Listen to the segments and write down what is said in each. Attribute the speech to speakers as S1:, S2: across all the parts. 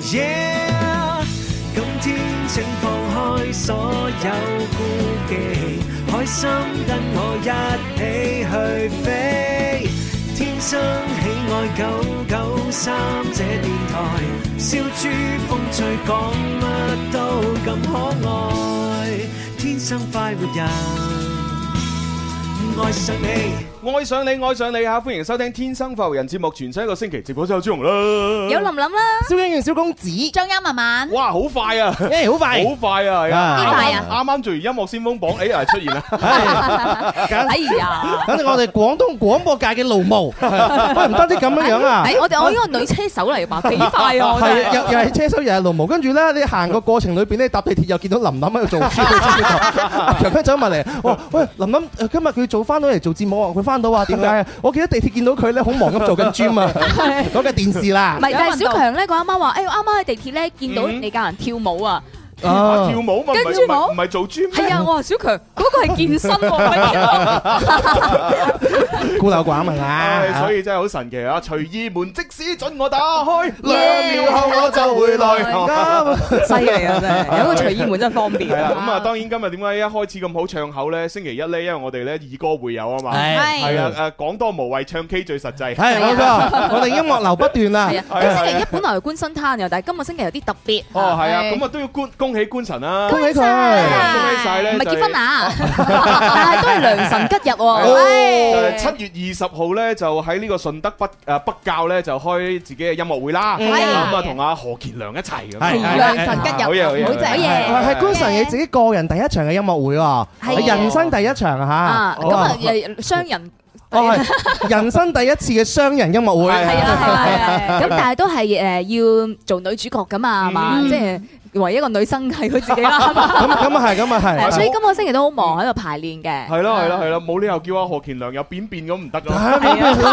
S1: Yeah，今天請放開所有顧忌，開心跟我一起去飛。天生喜愛九九三這電台，笑豬風趣講乜都咁可愛，天生快活人，愛上你。
S2: 愛上你，愛上你吓！歡迎收聽《天生浮人》節目，全新一個星期直播室有朱紅啦，
S3: 有林琳啦，
S4: 蕭嗯敬元小公子，
S3: 張欣文文，
S2: 哇，好快啊！
S4: 誒好快，
S2: 好快啊！係
S4: 啊
S3: 幾快啊
S2: 啱啱啱做完音樂先鋒榜，哎呀出現 啦！
S3: 哎呀，
S4: 等我哋廣東廣播界嘅勞模， 喂唔得啲咁樣樣啊！
S3: 哎我哋我呢個女車手嚟吧，幾快啊！我
S4: 係又
S3: 真
S4: 又係車手，又係勞模，跟住咧你行個過程裏邊咧搭地鐵又見到林琳喺度做強強走埋嚟，我話喂林琳呃今日佢做翻到嚟做節目啊，佢翻到啊點解啊？我記得地鐵見到佢咧好忙咁做 緊 gym 啊，嗰個電視啦
S3: 唔，係，但係小強咧，佢啱啱話，誒，我啱啱喺地鐵咧見到你教人跳舞啊，
S4: 啊
S2: 跳舞嘛，唔係
S3: 跟住
S2: 唔係
S3: 舞
S2: 唔係做 gym 咩
S3: 係啊，我話小強嗰個係健身 喎，
S4: 孤陋寡聞
S2: 唉
S4: 啊，
S2: 所以真係好神奇啊！隨意門即使准我打開，
S3: Yeah
S2: 兩秒後我就會來。
S3: 犀利啊真係，有個隨意門真係方便
S2: 係啦，咁啊，當然今日點解一開始咁好唱口咧？星期一咧，因為我哋咧以歌會友啊嘛，
S4: 係
S2: 係啊，誒講多無謂，唱 K 最實際。
S4: 係冇錯，我哋音樂流不斷啦
S3: 係。啊，咁星期一本來係官新灘嘅，但係今個星期有啲特別。
S2: 哦，係啊，咁啊都要恭恭喜官神啦。
S4: 恭喜佢！
S2: 恭喜晒咧
S3: 唔係
S2: 就係
S3: 結婚啊，但係都係良辰吉日
S2: 係啊
S3: 喎。
S2: 就係七月二十號咧，就喺呢個順德北誒北教咧，就開自己嘅音樂會啦。
S4: 係
S2: 咁啊，同阿何傑良一齊咁。
S4: 係
S3: 良辰吉日，
S2: 好嘢好嘢
S3: 好正
S2: 好嘢
S3: 嘢。
S4: 係係官神你自己個人第一場嘅音樂會喎，
S3: 係啊
S4: 人生第一場
S3: 啊，
S4: 嚇，
S3: 咁啊，誒商人。
S4: 哦係人生第一次嘅雙人音樂會，
S3: 係啊係啊，咁但係都係誒要做女主角噶嘛，係嘛？即係唯一一個女生係佢自己啦，係
S4: 咁
S3: 嘛
S4: 咁啊係，咁啊係，
S3: 所以今個星期都好忙喺度排練嘅。
S2: 係嗯咯係咯係咯，冇理由叫阿何傑良有變變咁唔得噶。
S3: 啊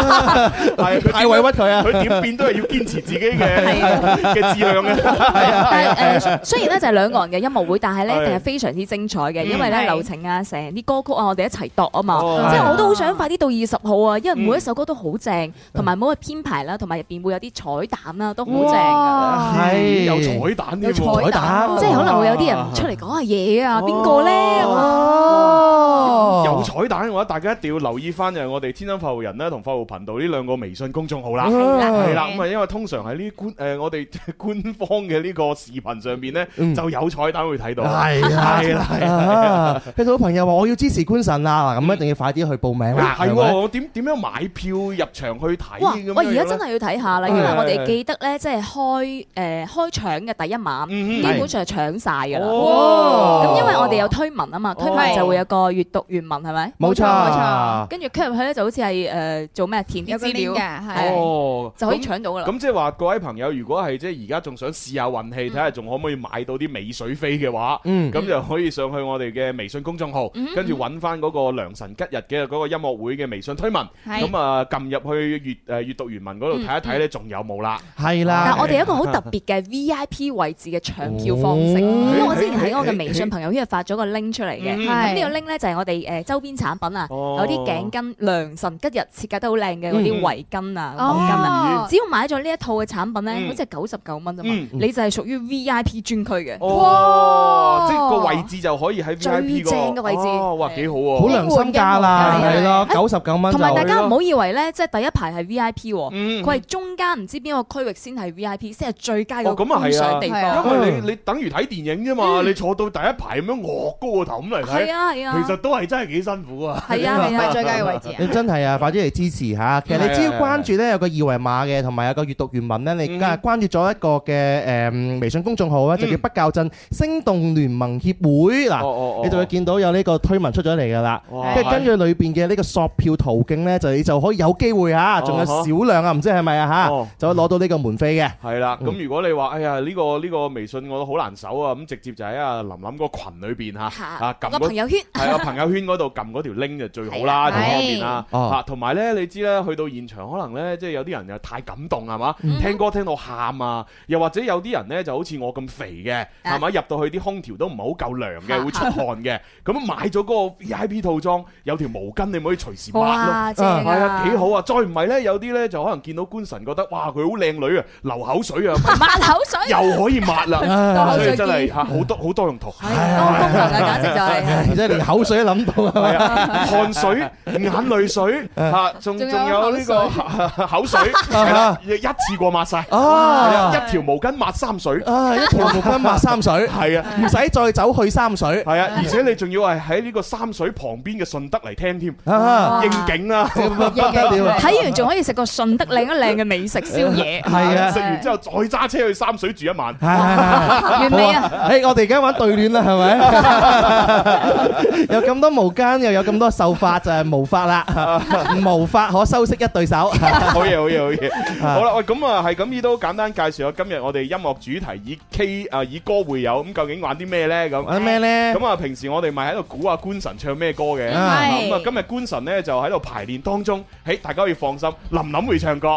S2: 係佢
S4: 太委屈佢啊！
S2: 佢點變都係要堅持自己嘅
S3: 係啊
S2: 嘅志向啊嘅。
S3: 但係誒，雖然咧就係兩個人嘅音樂會，但係咧
S2: 係
S3: 一定係非常之精彩嘅，
S2: 嗯
S3: 因為咧
S5: 係
S3: 流程啊、成啲歌曲啊，我哋一齊度啊嘛。
S2: 哦
S3: 即係
S4: 係
S3: 我都好想快啲到二十號啊，因為每
S2: 嗯
S3: 一首歌都好正，同埋每個編排啦，同埋入邊會有啲彩蛋啦，都好正㗎。
S4: 哇係
S2: 嗯有彩蛋添喎。哦
S4: 彩蛋，
S3: 即係可能會有啲人出嚟講下嘢啊，邊個咧？
S4: 哦，
S2: 有彩蛋嘅話，大家一定要留意翻就係我哋天生發號人啦同發號頻道呢兩個微信公眾號啦。係啦，咁啊，因為通常喺呢啲官誒我哋 官方嘅呢個視頻上邊咧，
S4: 嗯
S2: 就有彩蛋會睇到。
S4: 係啊
S2: 係啦，係啦
S4: 啊！佢好朋友話我要支持官神啊，嗱咁一定要快啲去報名啦，
S2: 哎係
S4: 啊係
S2: 喎，
S4: 咪？
S2: 我點點樣買票入場去睇
S3: 哇！
S2: 咁
S3: 我而家真
S2: 係，
S3: 係要睇下啦，因為我哋記得咧，即係開誒開搶嘅第一晚，
S2: 嗯
S3: 基本上係搶晒㗎啦。
S2: 哦
S3: 咁因為我哋有推文啊嘛，推文就會有個閱讀原文係咪？
S4: 冇錯，
S5: 冇錯
S3: 跟住 click 入去咧就好似係誒做咩填啲資料係
S2: 哦，
S3: 就可以
S2: 咁。
S3: 搶到㗎啦。
S2: 咁即係話各位朋友，如果係即係而家仲想試下運
S3: 嗯
S2: 氣，睇下仲可唔可以買到啲尾水飛嘅話，
S4: 嗯，
S2: 咁就可以上去我哋嘅微信公眾號，
S3: 嗯
S2: 跟住揾翻嗰個良辰吉日嘅嗰個音樂會嘅微信推文，
S5: 係
S2: 咁啊撳入去閱誒閱讀原文嗰度睇一睇咧，仲有冇啦？
S4: 係
S3: 嗯但係
S4: 啦，
S3: 我哋有一 個好特別嘅 VIP 位置嘅搶票方式，
S4: 哦
S3: 因為我之前喺我嘅微信朋友圈係發咗個 link 出嚟嘅，
S2: 嗯
S3: 咁呢個 link 咧就係我哋誒周邊產品啊，
S2: 哦嗯
S3: 有啲頸巾、良辰吉日設計得好靚嘅嗰啲圍巾啊、
S5: 哦
S3: 毛巾啊
S5: 嗯，
S3: 只要買咗呢一套嘅產品
S2: 嗯
S3: 咧，好似係九十九蚊啫
S2: 嗯
S3: 嘛，你就係屬於 VIP 專區嘅。
S2: 哦哦，即係個位置就可以喺 VIP
S3: 最正嘅位置
S2: 哦，哇，幾好喎！
S4: 好良心價啦，係咯，九十九蚊就
S3: 啊同埋大家唔好以為咧，即係第一排係 V I P，
S2: 嗯
S3: 佢係中間唔知邊個區域先係 V I P，先係最佳
S2: 哦
S3: 嘅
S2: 咁啊係啊
S3: 觀賞地
S5: 係
S3: 方嗯
S5: 啊。
S2: 因為你你等於睇電影啫嘛，你坐到第一排咁樣昂高個頭咁嚟
S3: 係
S2: 睇，
S3: 啊係啊，
S2: 其實都係真係幾辛苦啊！
S3: 係啊 係啊。
S4: 你真係啊，快啲嚟支持下。其實你只要關注咧有個二維碼嘅，同埋有個閱讀原文咧，你
S2: 嗯
S4: 加關注咗一個嘅誒微信公眾號咧，就叫
S2: 嗯
S4: 北教鎮星動聯盟協會嗱。
S2: 哦
S4: 你就會見到有呢個推文出咗嚟㗎啦，
S2: 哇
S4: 跟跟住裏邊嘅呢個索票途徑呢，就你就可以有機會嚇，仲有少量啊，唔知係咪啊
S2: 哦
S4: 嚇，就可以攞到呢個門飛嘅。
S2: 係啦，咁如果你話哎呀呢個呢個微信信我好難搜啊，咁直接就喺阿琳琳個群裏邊嚇啊撳
S3: 我
S2: 嗰
S3: 朋友圈
S2: 係啊，朋友圈嗰度撳嗰條 link 就最好啦，
S5: 係
S2: 最
S5: 啊
S2: 方便啦。
S4: 係
S2: 嚇，同埋咧，你知咧，去到現場可能咧，即係有啲人又太感動啊係嘛，
S3: 嗯
S2: 聽歌聽到喊啊，又或者有啲人咧就好似我咁肥嘅係咪？入到去啲空調都唔係好夠涼嘅，
S3: 嚇
S2: 會出汗嘅。咁買咗嗰個 VIP 套裝，有條毛巾你咪可以隨時抹咯。
S3: 哇，正
S2: 係啊，幾好啊！再唔係咧，有啲咧就可能見到官神覺得哇，佢好靚女啊，流口水啊，
S3: 抹口水，
S2: 又可以抹 啦，
S4: 唉
S2: 所
S3: 口
S2: 以
S3: 水
S2: 真係
S3: 見
S2: 嚇好多好多用途。
S3: 係多功能啊，簡直 就係。
S4: 唉真係連口水都諗到啊！
S2: 係啊，汗水、眼淚水嚇，仲仲
S5: 仲有
S2: 有呢個 口水，係啦，一次過抹晒，係
S4: 啊
S2: 啊，一條毛巾抹三水，
S4: 啊！一條毛巾抹三 水，
S2: 係啊。
S4: 唔使再走去三水
S2: 係啊，而且你仲要係喺呢個三水旁邊嘅順德嚟聽添，
S4: 啊！
S3: 哇
S2: 應景 啦。
S4: 不得了啊！
S3: 睇完仲可以食個順德靚一靚嘅美食宵 夜，
S4: 係啊
S2: 食完之後再揸車去三水住一晚。
S4: 唉
S3: 完
S4: 好
S3: 美啊！
S4: 啊！誒，我哋而家玩對聯啦，係咪？ 有咁多毛間，又有咁多秀法，就係無法啦，無法可修飾一對手。
S2: 好嘢，好嘢，好 嘢！好啦，喂，咁啊，係咁，亦都簡單介紹下今日我哋音樂主題以 K 啊以歌會友，咁究竟玩啲咩呢？咁
S4: 玩咩咧？
S2: 咁啊，平時我哋咪喺度估下官神唱咩歌嘅。
S4: 啊
S2: 咁啊，今日官神呢就喺度排練當中，誒，大家可以放心，琳琳會唱歌。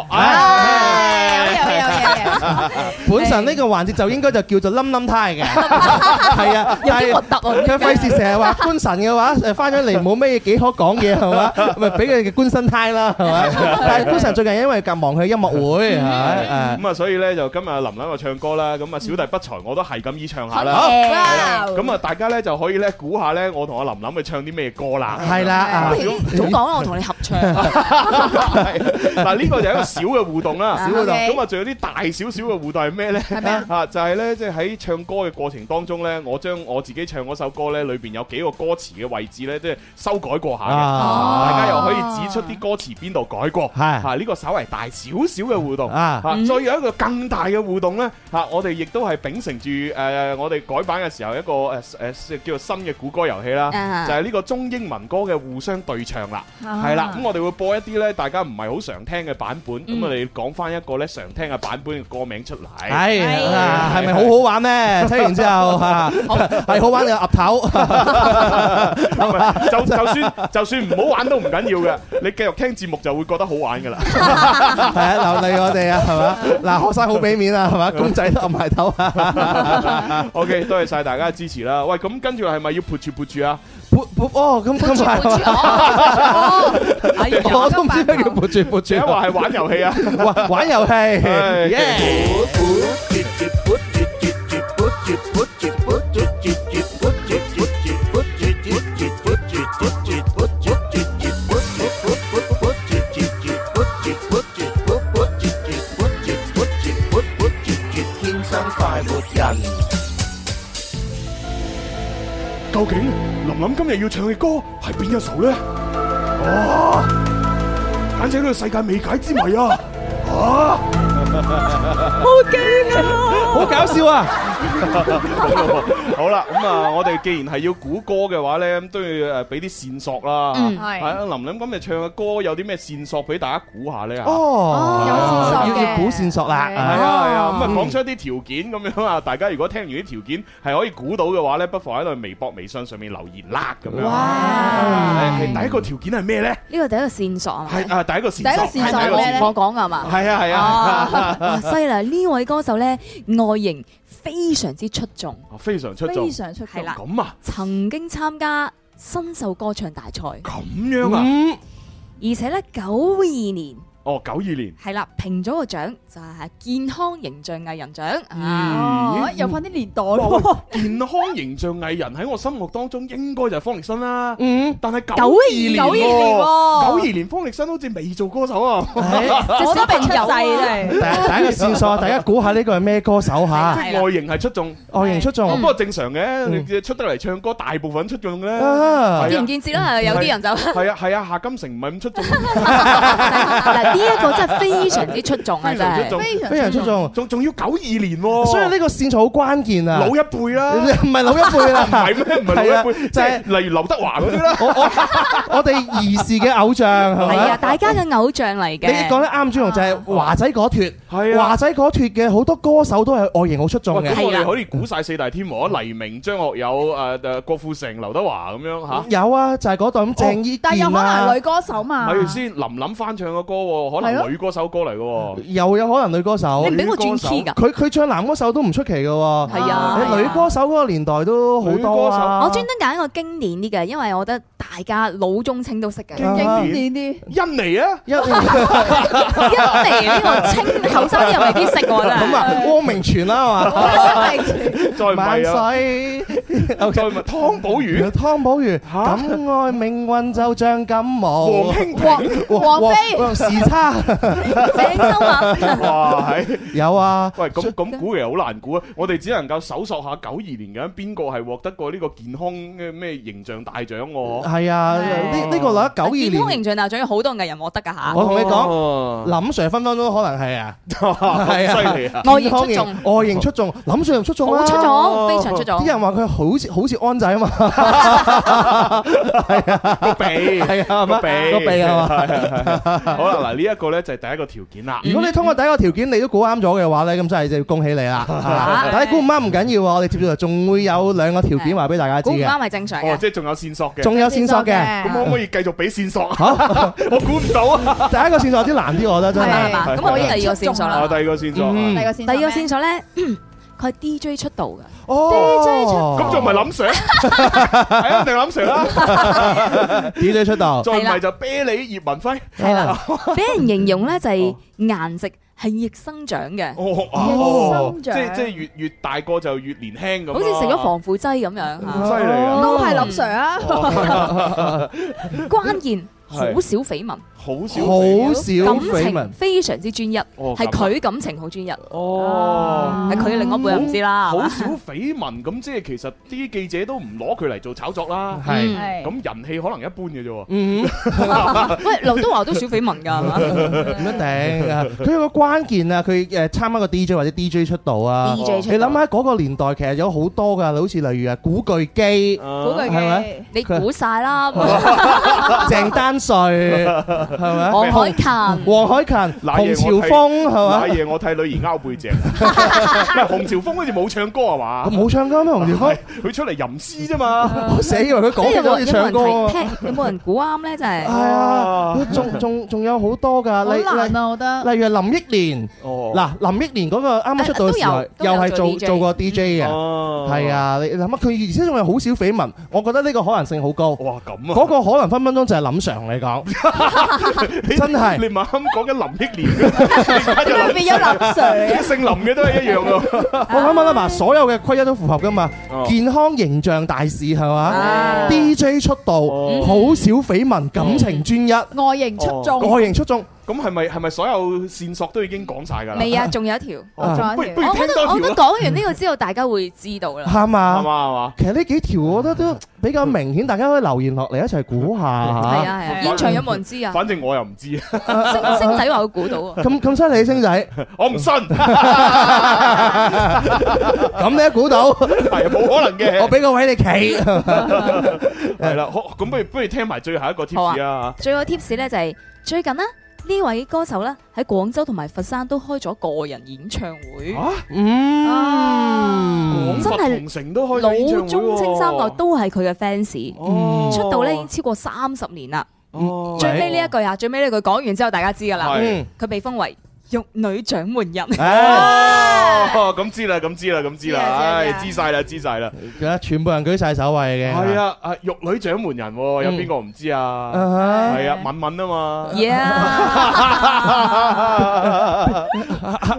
S4: 本身呢個環節就應該就叫做冧冧胎嘅，係啊，
S3: 有
S4: 但
S3: 啲
S4: 係
S3: 核突喎，
S4: 佢費事成日話官神嘅話， 誒翻咗嚟冇咩幾可講嘢係嘛，咪俾佢嘅官身胎啦 係嘛。但係官神最近因為咁忙佢音樂會係咪
S2: 咁啊，所以呢，就今日琳琳就唱歌啦，咁啊，小弟不才，我都係咁依唱下啦。
S3: 好
S2: 咁啊，大家呢就可以呢估下呢，我同阿琳琳去唱啲咩歌啦。
S4: 誒係啦啊
S3: 不！如早講啦，我同你合 唱，
S2: 嗱，呢個就係一個小嘅互動啦。
S5: 小互動
S2: 咁啊，仲有啲大少少嘅互動係咩呢？啊，就係呢，即係喺唱歌嘅過程當中呢，我將我自己唱嗰首歌呢，裏邊有幾個歌詞嘅位置呢，即係修改過下嘅。
S4: 啊
S2: 大家又可以指出啲歌詞邊度改過，啊
S4: 係
S2: 嚇呢個稍為大少少嘅互動。
S4: 啊
S2: 啊，再有一個更大嘅互動呢，嚇我哋亦都係秉承住誒我哋改版嘅時候一個誒誒叫做新嘅古歌遊戲啦，
S3: 啊
S2: 就係呢個中英文歌嘅互相對唱啦。係啦，咁我哋會播一啲咧，大家唔係好常聽嘅版本，咁我哋講翻一個咧常聽嘅版本嘅歌名出嚟。
S4: 係
S5: 係
S4: 啊，哎
S2: 哎
S4: 係咪好好 玩咧？聽完之後嚇，係好玩就岌頭，
S2: 唔係就就算就算唔好玩都唔緊要嘅，你繼續聽節目就會覺得好玩㗎 啦。
S4: 係啊，流淚我哋啊，係嘛？嗱，學生好俾面啊，係嘛？公仔都岌埋頭啊，
S2: OK，多謝晒大家嘅支持啦。喂，咁跟住係咪要潑住潑住啊？
S4: 撥撥哦，咁咁快， 我都唔知咩叫撥住撥住
S2: 仲有，話係玩遊戲啊？
S4: 玩玩遊戲
S2: 唉
S4: ，yeah。
S2: 究竟琳琳今日要唱嘅歌係邊一首呢？啊！簡直呢個世界未解之謎啊！啊！
S4: 好搞笑啊！
S2: 好啦，咁啊，我哋既然係要估歌嘅話呢，咁都要誒呃俾啲線索啦。
S3: 嗯
S2: 係啊，林琳今日唱嘅歌有啲咩線索俾大家估下呢？嚇
S4: 哦，
S5: 有線索
S4: 要
S5: 嘅
S4: 要估線索啦，
S5: 係
S2: 係啊
S4: 啊
S2: 係啊，咁啊講出一啲條件咁樣啊，大家如果聽完啲條件係可以估到嘅話呢，不妨喺度微博、微信上面留言啦咁樣。
S3: 哇！
S2: 係第一個條件係咩呢？
S3: 呢個第一個線索啊，
S2: 係啊，第一個線
S5: 第一個
S2: 索，
S5: 線
S2: 係
S5: 索
S2: 第一個
S5: 係咩
S2: 線
S5: 呢
S2: 索，
S3: 我講噶係嘛？
S2: 係啊係啊，
S3: 啊， 哇犀利！呢位歌手咧外形非常之出眾，
S2: 哦非常出眾。
S3: 係啦，
S2: 咁啊，
S3: 曾經參加新秀歌唱大賽，而
S2: 咁樣啊，
S3: 且咧九二年
S2: 哦，九二年，
S3: 係啦，評咗個獎就係健康形象藝人獎啊！
S2: 嗯 哦健康形象藝人喺我心目當中應該就係方力申啦。
S4: 嗯，
S2: 但係九二
S3: 92
S2: 年
S3: 年
S2: 喎，九二年方力申好似未做歌手啊，
S4: 係
S3: 哎即係小朋友啊
S4: 第一第一個線索，大家估下呢個係咩歌手
S2: 即
S4: 吓？
S2: 係外形係出眾，
S4: 外形出
S2: 哦
S4: 眾
S2: 不過正常嘅，
S4: 嗯
S2: 你出得嚟唱歌大部分出眾嘅咧，
S4: 啊嗯
S2: 係
S3: 見
S2: 啊
S3: 唔見智啦？有啲人就
S2: 係啊係啊，夏金城唔係咁出眾，
S3: 嗱，呢一個真係非常之出眾啊！
S2: 非
S3: 真
S2: 常出
S3: 係
S2: 眾，
S5: 非常
S4: 非常出眾。
S2: 仲仲要九二年喎，
S4: 所以呢個線材好關鍵啊！
S2: 老一輩啦，
S4: 唔係老一輩
S2: 啊 唔
S4: 啦，
S2: 係咩？唔係老一輩，
S4: 係啊
S2: 即係例如劉德華嗰啲啦。
S4: 我 我我哋兒時嘅偶像 係
S3: 係啊，
S4: 咪？
S3: 大家嘅偶像嚟
S4: 你
S3: 嘅。
S4: 講得啊啱，朱紅就係華仔嗰脱，
S2: 係啊
S4: 華仔嗰脱嘅好多歌手都係外形好出眾
S2: 喂，
S4: 嘅。
S2: 咁我
S3: 係
S2: 哋
S3: 啊啦
S2: 可以估晒四大天王，
S4: 嗯
S2: 黎明、張學友、誒誒郭富城、劉德華咁樣嚇。
S4: 有啊，就係嗰度咁鄭伊
S5: 但有
S4: 健
S5: 可能
S4: 啊
S5: 女，歌手嘛？
S2: 咪住先，林琳翻唱嘅歌喎，可
S5: 係咯
S2: 能女歌手歌嚟嘅喎。
S4: 又有可能女歌手
S3: 你。唔俾我
S2: 女歌
S3: 轉
S2: 手
S3: key 㗎？
S4: 佢佢唱男歌手都唔出奇嘅喎。
S3: 係啊
S4: 你
S3: 係啊
S4: 女歌手嗰個年代都好多啊。
S3: 我專登揀一個經典啲嘅，因為我覺得大家老中青都識嘅。
S4: 經
S5: 經典啲，
S2: 印尼 啊，
S4: 一咁
S3: 一嚟呢個青後生啲人未必識喎，真係。
S4: 啊，汪明荃啦係
S2: 再唔
S4: 嘛，萬
S2: 係啊，
S4: 世
S2: 再唔係湯寶如、
S4: 湯寶如，
S2: 嚇
S4: 敢愛命運就像感冒
S2: 黃。興
S5: 王
S2: 平，
S5: 王菲
S4: 哇時 差
S3: 鄭州啊，
S2: 哇係。
S4: 有啊，
S2: 喂，咁咁估其實好難估啊！我哋只能夠搜索下九二年嘅邊個係獲得過呢個健康嘅咩形象大獎喎、
S4: 係啊，
S5: 係
S4: 呢呢個攞九二
S3: 哦健康
S4: 年，
S3: 形象大獎有好多藝人獲得㗎嚇，
S4: 我同你講，
S2: 講，
S4: 林 Sir 分分鐘可能 係啊，係啊
S2: 咁犀利啊！
S3: 外形
S4: 健
S3: 出
S4: 康
S3: 眾，
S4: 型外形出眾，林 Sir 又出眾
S3: 好
S4: 啦，
S3: 出眾，非常出
S4: 啲
S3: 眾。
S4: 人話佢好似好似安仔啊 嘛，
S2: 個鼻
S4: 係啊，係
S2: 個
S4: 嘛
S2: 鼻
S4: 個鼻啊嘛。
S2: 好啦，嗱呢一個咧就係第一個條件啦。
S4: 如果你通過第一個條件你都估啱咗嘅話咧，咁真係就要恭喜你 啦。但係估唔啱唔緊要喎，我哋接住嚟仲會有兩個條件話俾大家知
S3: 估唔
S4: 嘅，
S3: 啱係正常
S2: 哦，
S3: 嘅。
S2: 即係仲有線索嘅。
S4: 仲有線索嘅。
S2: 咁可唔可以繼續俾線索啊？我估唔到啊！
S4: 第一個線索有啲難啲，我覺得真
S3: 係
S4: 係
S3: 嘛係。嘛，咁我俾第二個線索
S2: 啊，
S3: 啦
S2: 第。二個線索啊，
S4: 嗯
S5: 第二個
S3: 第
S5: 線，
S3: 二個線索咧， 佢係 DJ 出道㗎，
S4: 哦
S2: 咁仲唔係林 Sir？係啊，一定林 Sir 啦。
S4: DJ 出道，
S2: 再唔係就啤梨葉文輝。
S3: 係啦
S4: 啊，
S3: 俾人形容咧就係顏值係逆生長嘅，
S2: 哦
S5: 哦
S2: 即係即係越越大個就越年輕咁。啊
S3: 好似食咗。防腐劑咁樣
S2: 咁
S3: 嚇。
S2: 犀利啊！
S5: 都係林 Sir 啊，
S3: 哦關鍵好
S2: 係
S3: 少緋聞，
S2: 好少
S4: 好
S2: 肥啊
S4: 少
S3: 感
S4: 緋聞
S3: 情。非常之專一，
S2: 哦
S3: 係佢感情好專一，係
S2: 哦，
S5: 啊
S3: 佢另外一半唔知啦。係
S2: 好
S3: 嘛
S2: 少緋聞，咁即係其實啲記者都唔攞佢嚟做炒作啦。
S4: 係
S3: 嗯
S5: 係
S2: 咁人氣可能一般嘅啫喎。
S4: 嗯，
S3: 喂，劉德華都少緋聞㗎，係嘛？
S4: 唔一定啊！佢有個關鍵啊，佢誒參加個 DJ 或者 DJ 出道啊。
S3: DJ 出
S4: 你諗下嗰個年代，其實有好多噶，好似例如啊古巨基、
S5: 古
S4: 係
S5: 巨
S4: 咪
S5: 基。
S3: 你估晒 啦，
S4: 鄭丹瑞，係咪？
S3: 黃海芹。
S4: 黃海芹、
S2: 嗱嘢
S4: 洪
S2: 我
S4: 朝
S2: 睇
S4: 峰，係
S2: 嗱
S4: 咪？
S2: 嘢我睇女兒拗 背脊，唔係洪朝峰好似冇唱歌係啊嘛？
S4: 冇唱歌咩？洪朝 峰，
S2: 佢出嚟吟詩啫嘛。
S4: 我死以為佢
S3: 即係
S4: 講
S3: 有
S4: 嘅好
S3: 冇
S4: 似
S3: 有
S4: 唱歌
S3: 冇
S4: 啊！
S3: 人提聽？有冇人估啱咧？真係
S4: 係
S2: 哦
S4: 啊，仲仲仲有好多噶，例
S5: 好難
S4: 例
S5: 啊，我覺得。
S4: 例如林憶蓮。
S2: 哦
S4: 嗱，林憶蓮嗰個啱啱出道嘅時候
S3: 啊，都有
S4: 又係
S3: 都有
S4: 做
S3: 做 DJ
S4: 做過 DJ 嘅，
S2: 哦
S4: 係。啊，你諗下佢而且仲係好少緋聞，我覺得呢個可能性好高。
S2: 哇咁
S4: 嗰
S2: 啊！
S4: 個可能分分鐘就係林 Sir 同你講，
S2: 你
S4: 真係
S2: 你咪啱講緊林憶蓮嘅，你而家就
S5: 變咗林 Sir
S2: 林姓林嘅都係一樣啊。
S4: 我諗下啦，嗱，所有嘅規一都符合噶嘛，
S2: 哦
S4: 健康形象大使係嘛
S5: 啊
S4: ，DJ 出道，
S2: 哦
S4: 好少緋聞，感情專一，
S5: 外形出眾，
S4: 外形出眾，
S2: 咁係咪係咪所有線索都已經講晒㗎啦？
S3: 未啊？仲有一條，
S2: 哦
S5: 仲有一
S2: 不
S5: 條
S2: 不如
S3: 我覺
S2: 聽
S3: 得我
S2: 多
S3: 覺得
S2: 條啦，
S3: 講完呢個之後，大家會知道 啦。
S4: 係
S2: 係嘛
S4: 嘛？
S2: 係嘛？
S4: 其實呢幾條我覺得都比較明顯，大家可以留言落嚟一齊 估
S3: 係
S4: 下。
S3: 啊係啊，
S5: 啊
S3: 現場有冇人知啊？
S2: 反正我又唔知，
S3: 星星仔話佢估到啊，
S4: 咁咁犀 利，星仔，
S2: 我唔信，係
S4: 咁你 都估到，我
S2: 冇可能嘅。
S4: 俾個位 你企。
S2: 係啦，好咁不如不如聽埋最後一個
S3: 好啊
S2: tips 啊。
S3: 最後 tips 咧就係最近呢，呢位歌手咧喺廣州同埋佛山都開咗個人演唱會，
S2: 啊，嗯
S4: 嗯
S2: 廣，
S3: 真
S2: 佛
S3: 係
S2: 同城都開咗演唱
S3: 老
S2: 會
S3: 中青三代
S2: 喎
S3: 都係佢嘅 fans，
S2: 哦
S3: 出道咧已經超過三十年啦。
S2: 哦
S3: 最尾呢一句啊，最尾呢句講完之後，大家知噶啦，
S2: 係
S4: 嗯，
S3: 佢被封為玉女掌門 人。
S4: 唉，
S2: 哦，咁知啦，咁知啦，咁知啦，
S5: 知啊
S2: 唉
S5: 知，啊
S2: 知晒啦，知晒啦。
S4: 而家全部人舉晒手位嘅，
S2: 係，啊，啊玉女掌門人喎有
S4: 嗯
S2: 邊個唔知啊？
S4: 啊
S2: 係啊，敏敏啊嘛。
S3: Yeah
S4: 哈，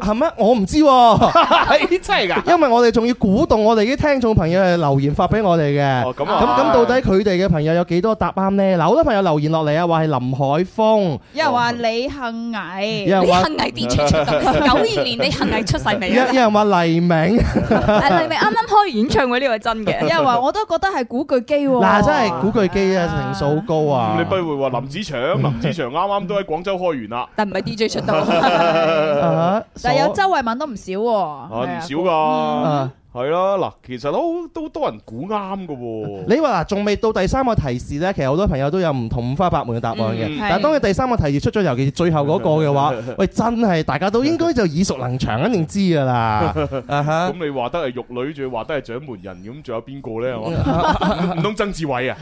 S4: 係咩？我唔知喎，
S2: 係哎真係㗎。
S4: 因為我哋仲要鼓動我哋啲聽眾朋友去留言發俾我哋嘅。
S2: 哦，咁
S4: 咁
S2: 啊，
S4: 咁到底佢哋嘅朋友有幾多答啱 呢？嗱，好多朋友留言落嚟啊，話係林海峰，
S5: 有人話李幸倪，
S4: 有人
S3: 你
S4: 話
S3: 幸危
S6: 年出出咁，九二年 你係咪出世未
S4: 有有
S6: 啊？
S4: 人話黎明
S3: 黎明啊啱啱開演唱會呢個係真嘅
S5: 有，人話我都覺得係古巨基喎。
S4: 嗱，真係古巨基啊，成數好高啊！
S2: 你不如話林子
S4: 嗯
S2: 祥，林子祥啱啱都喺廣州開完啦，
S3: 但唔係 DJ 出道。
S4: 啊
S5: 但係有
S4: 所
S5: 周慧敏都唔少喎。
S2: 啊
S5: 係
S2: 唔
S5: 啊
S2: 少噶，
S4: 啊
S2: 係啦嗱，其實都都多人估啱噶喎。
S4: 你話嗱，仲未到第三個提示咧，其實好多朋友都有唔同五花八門嘅答案嘅
S2: 嗯。
S4: 但係當佢第三個提示出咗，尤其是最後嗰個嘅話， 喂，真係大家都應該就耳熟能詳，肯定知㗎 啦。啊哈
S2: 咁你話得係玉女，仲要話得係掌門人，咁仲有邊個咧？係
S4: 啊
S2: 嘛？唔通曾志偉啊？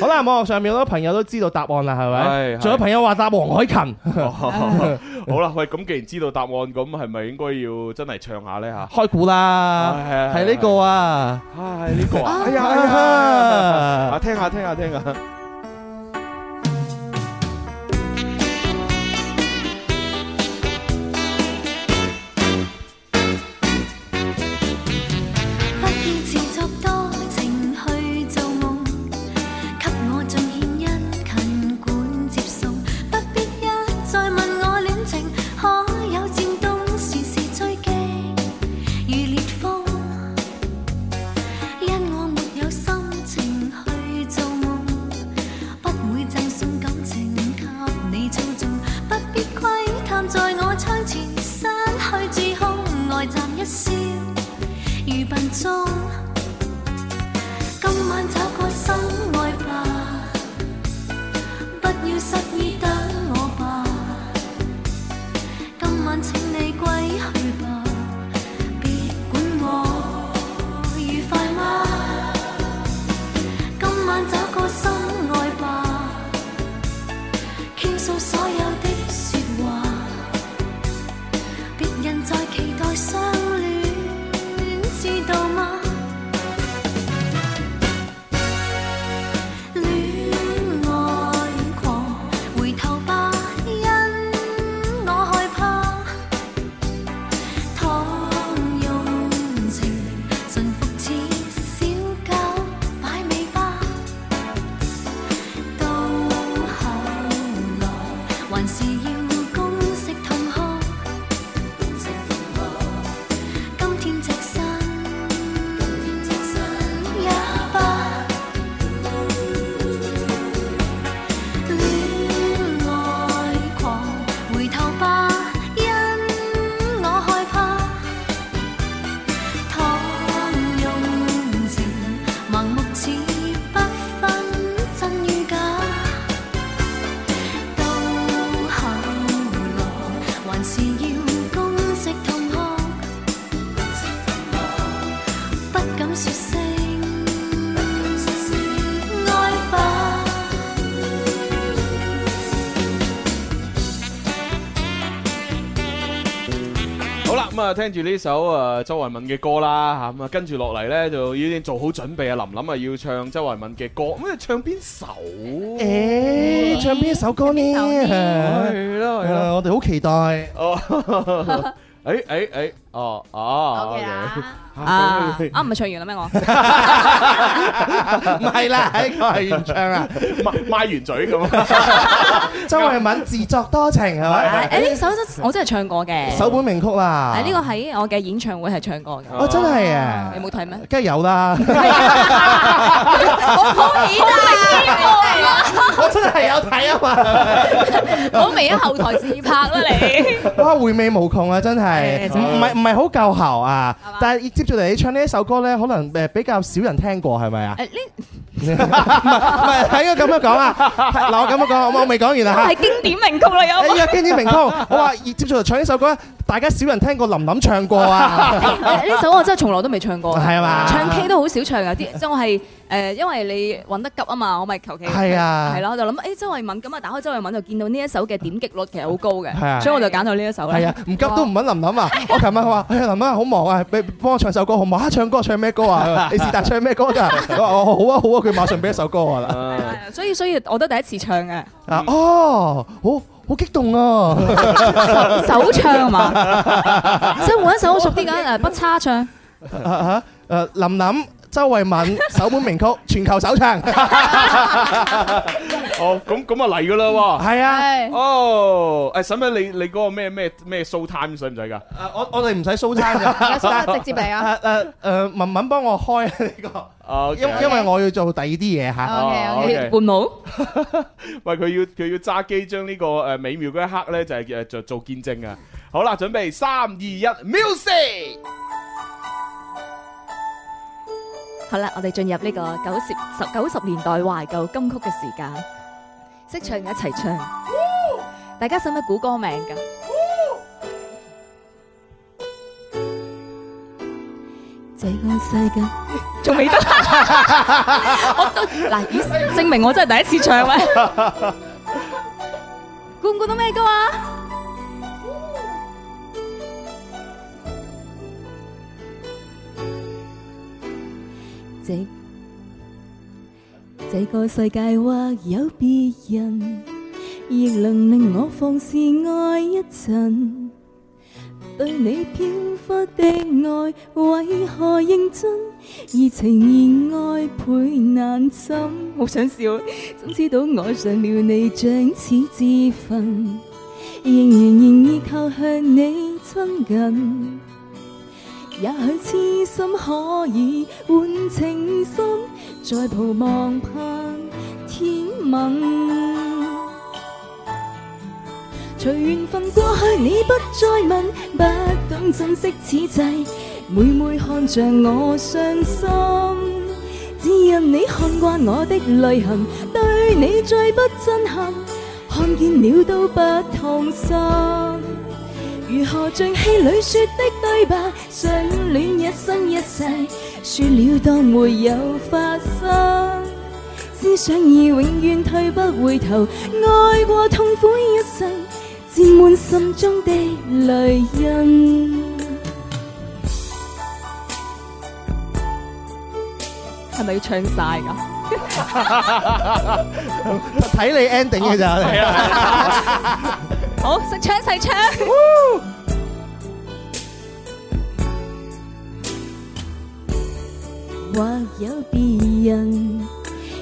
S4: 好啦，網絡上面好多朋友都知道答案啦，係咪？
S2: 係係哦
S4: 仲有朋友話答黃海芹，
S2: 好啦，喂，咁既然知道答案，咁係咪應該要真係唱下咧吓？
S4: 開估啦，
S2: 係
S4: 係呢個啊。
S2: 啊，係呢個啊！哎呀，哎呀，啊，
S4: 啊
S2: 聽下聽下聽下，
S7: 不要自作多情去做夢，給我盡獻一勤管接送，不必一再問我戀情可有漸凍，時時追擊如烈風，因我沒有心情去做夢，不會贈送感情給你操縱，不必窺探在我窗前失去自控，呆站一宵。如笨鐘，今晚找個心愛吧，不要失意等我吧。今晚請你歸去吧，別管我愉快嗎？今晚找個心愛吧，傾訴所有的説話，別人在期待相戀。知道嗎？戀愛狂，回頭吧，因我害怕。倘用情馴服似小狗，擺尾巴。到後來，還是要公式痛哭。今天隻身，也不戀愛狂，回頭吧，因我害怕。倘用情盲目似不分真與假，到後來還是要公式痛哭。不敢說聲愛吧。
S2: 好啦，咁啊，聽住呢首誒周慧敏嘅歌啦嚇，咁啊跟住落嚟咧就已經做好準備啊，琳琳啊要唱周慧敏嘅歌，咁啊唱邊首？
S4: 誒，唱邊首歌呢？
S2: 係啦係啦，
S4: 誒我哋好期待。
S2: 哦，誒誒誒，哦哦
S5: OK 啦
S3: 啊，
S2: OK
S3: 啱唔係唱完啦 咩我？
S4: 唔係啦，呢個係原唱啊！
S2: 賣賣完嘴咁啊，
S4: 周慧敏自作多情係咪？
S3: 啊誒呢首真我真係唱過嘅，啊
S4: 首本名曲啦。
S3: 誒呢個喺我嘅演唱會係唱過嘅，
S4: 哦，真係啊！
S3: 你冇睇 咩？
S4: 梗係有啦，
S3: 我好演 啊！
S4: 我真係有睇啊嘛！
S3: 我未喺後台自拍啦啊你。
S4: 哇，回味無窮啊，真係
S3: 係真係
S4: 唔係唔係好夠喉啊
S3: 係嘛！
S4: 但係接住嚟你唱呢一首歌咧，可能誒比較少人聽過，係咪啊？
S3: 誒呢
S4: 唔係唔係，睇佢咁樣講啊！ 嗱，我咁樣講，我我未講完啦啊嚇
S3: 係。經典名曲啦有
S4: 哎
S3: 冇？
S4: 呀，經典名曲，我話接住嚟唱呢首歌，大家少人聽過林琳唱過啊，
S3: 誒 呢首我真係從來都未唱過。
S4: 係嘛？
S3: 唱 K 都好少 唱㗎，啲即係我係誒，因為你揾得急啊嘛，我咪求其
S4: 係啊
S3: 係啦，我就諗誒周慧敏咁啊，打開周慧敏就見到呢一首嘅點擊率其實好高
S4: 係啊
S3: 嘅，所以我就揀到呢一首啦。
S4: 係啊，唔急都唔揾林琳啊！我琴晚佢話：哎呀，林琳好忙啊，俾幫我唱首歌好唔好啊？唱歌唱咩歌啊？你是但唱咩歌㗎？我話：哦，好啊好啊！佢馬上俾一首歌我啦。
S2: 啊
S3: 係啊，所以所以我都第一次唱 嘅，
S4: 啊哦，好好激動啊！à.
S3: 首唱 啊嘛，即係換一首好熟啲嘅誒不差唱。
S4: 啊啊誒， 林琳、周慧敏首本名曲全球首唱，
S2: 哦，咁咁啊嚟噶啦喎！
S4: 係啊，
S2: 哦，誒使唔使你你嗰個咩咩咩 show time 使唔使㗎？
S4: 啊我我哋唔使 show time 㗎。
S3: 係，有心啊，直接嚟啊。
S4: 誒誒誒，文文幫我開呢個，
S2: 啊，
S4: 因因為我要做第二啲嘢嚇。
S2: 哦
S3: OK，OK，
S2: OK
S8: 換帽。
S2: 喂，佢要佢要揸機將呢個誒美妙嗰一刻咧，就係誒做做見證啊！好啦，準備三二一，music！
S8: 好啦，我哋進入呢個九十十九十年代懷舊金曲嘅時間，識唱嘅一齊唱。大家使唔使估歌名㗎？這個世界 仲未得，我都嗱，以證明我真係第一次 唱咧。估唔估到咩歌啊？這這個世界或有別人，亦能令我放肆愛一陣。對你飄忽的愛，為何認真？而情而愛倍難枕。好想笑，怎知道愛上了你，像此自焚，仍然願意靠向你親近。也許痴心可以換情深，再抱望盼天盟。隨緣分過去，你不再問，不懂珍惜此際，每每看着我傷心。只因你看慣我的淚痕，對你再不震撼，看見了都不痛心。如何像戲裏說的對白，相戀一生一世，說了當沒有發生。思想已永遠退不回頭，愛過痛苦一生，沾滿心中的淚印。係咪要唱晒㗎？
S4: 睇你 ending 嘅咋，係啊，
S8: 好，食槍細槍。或有別人，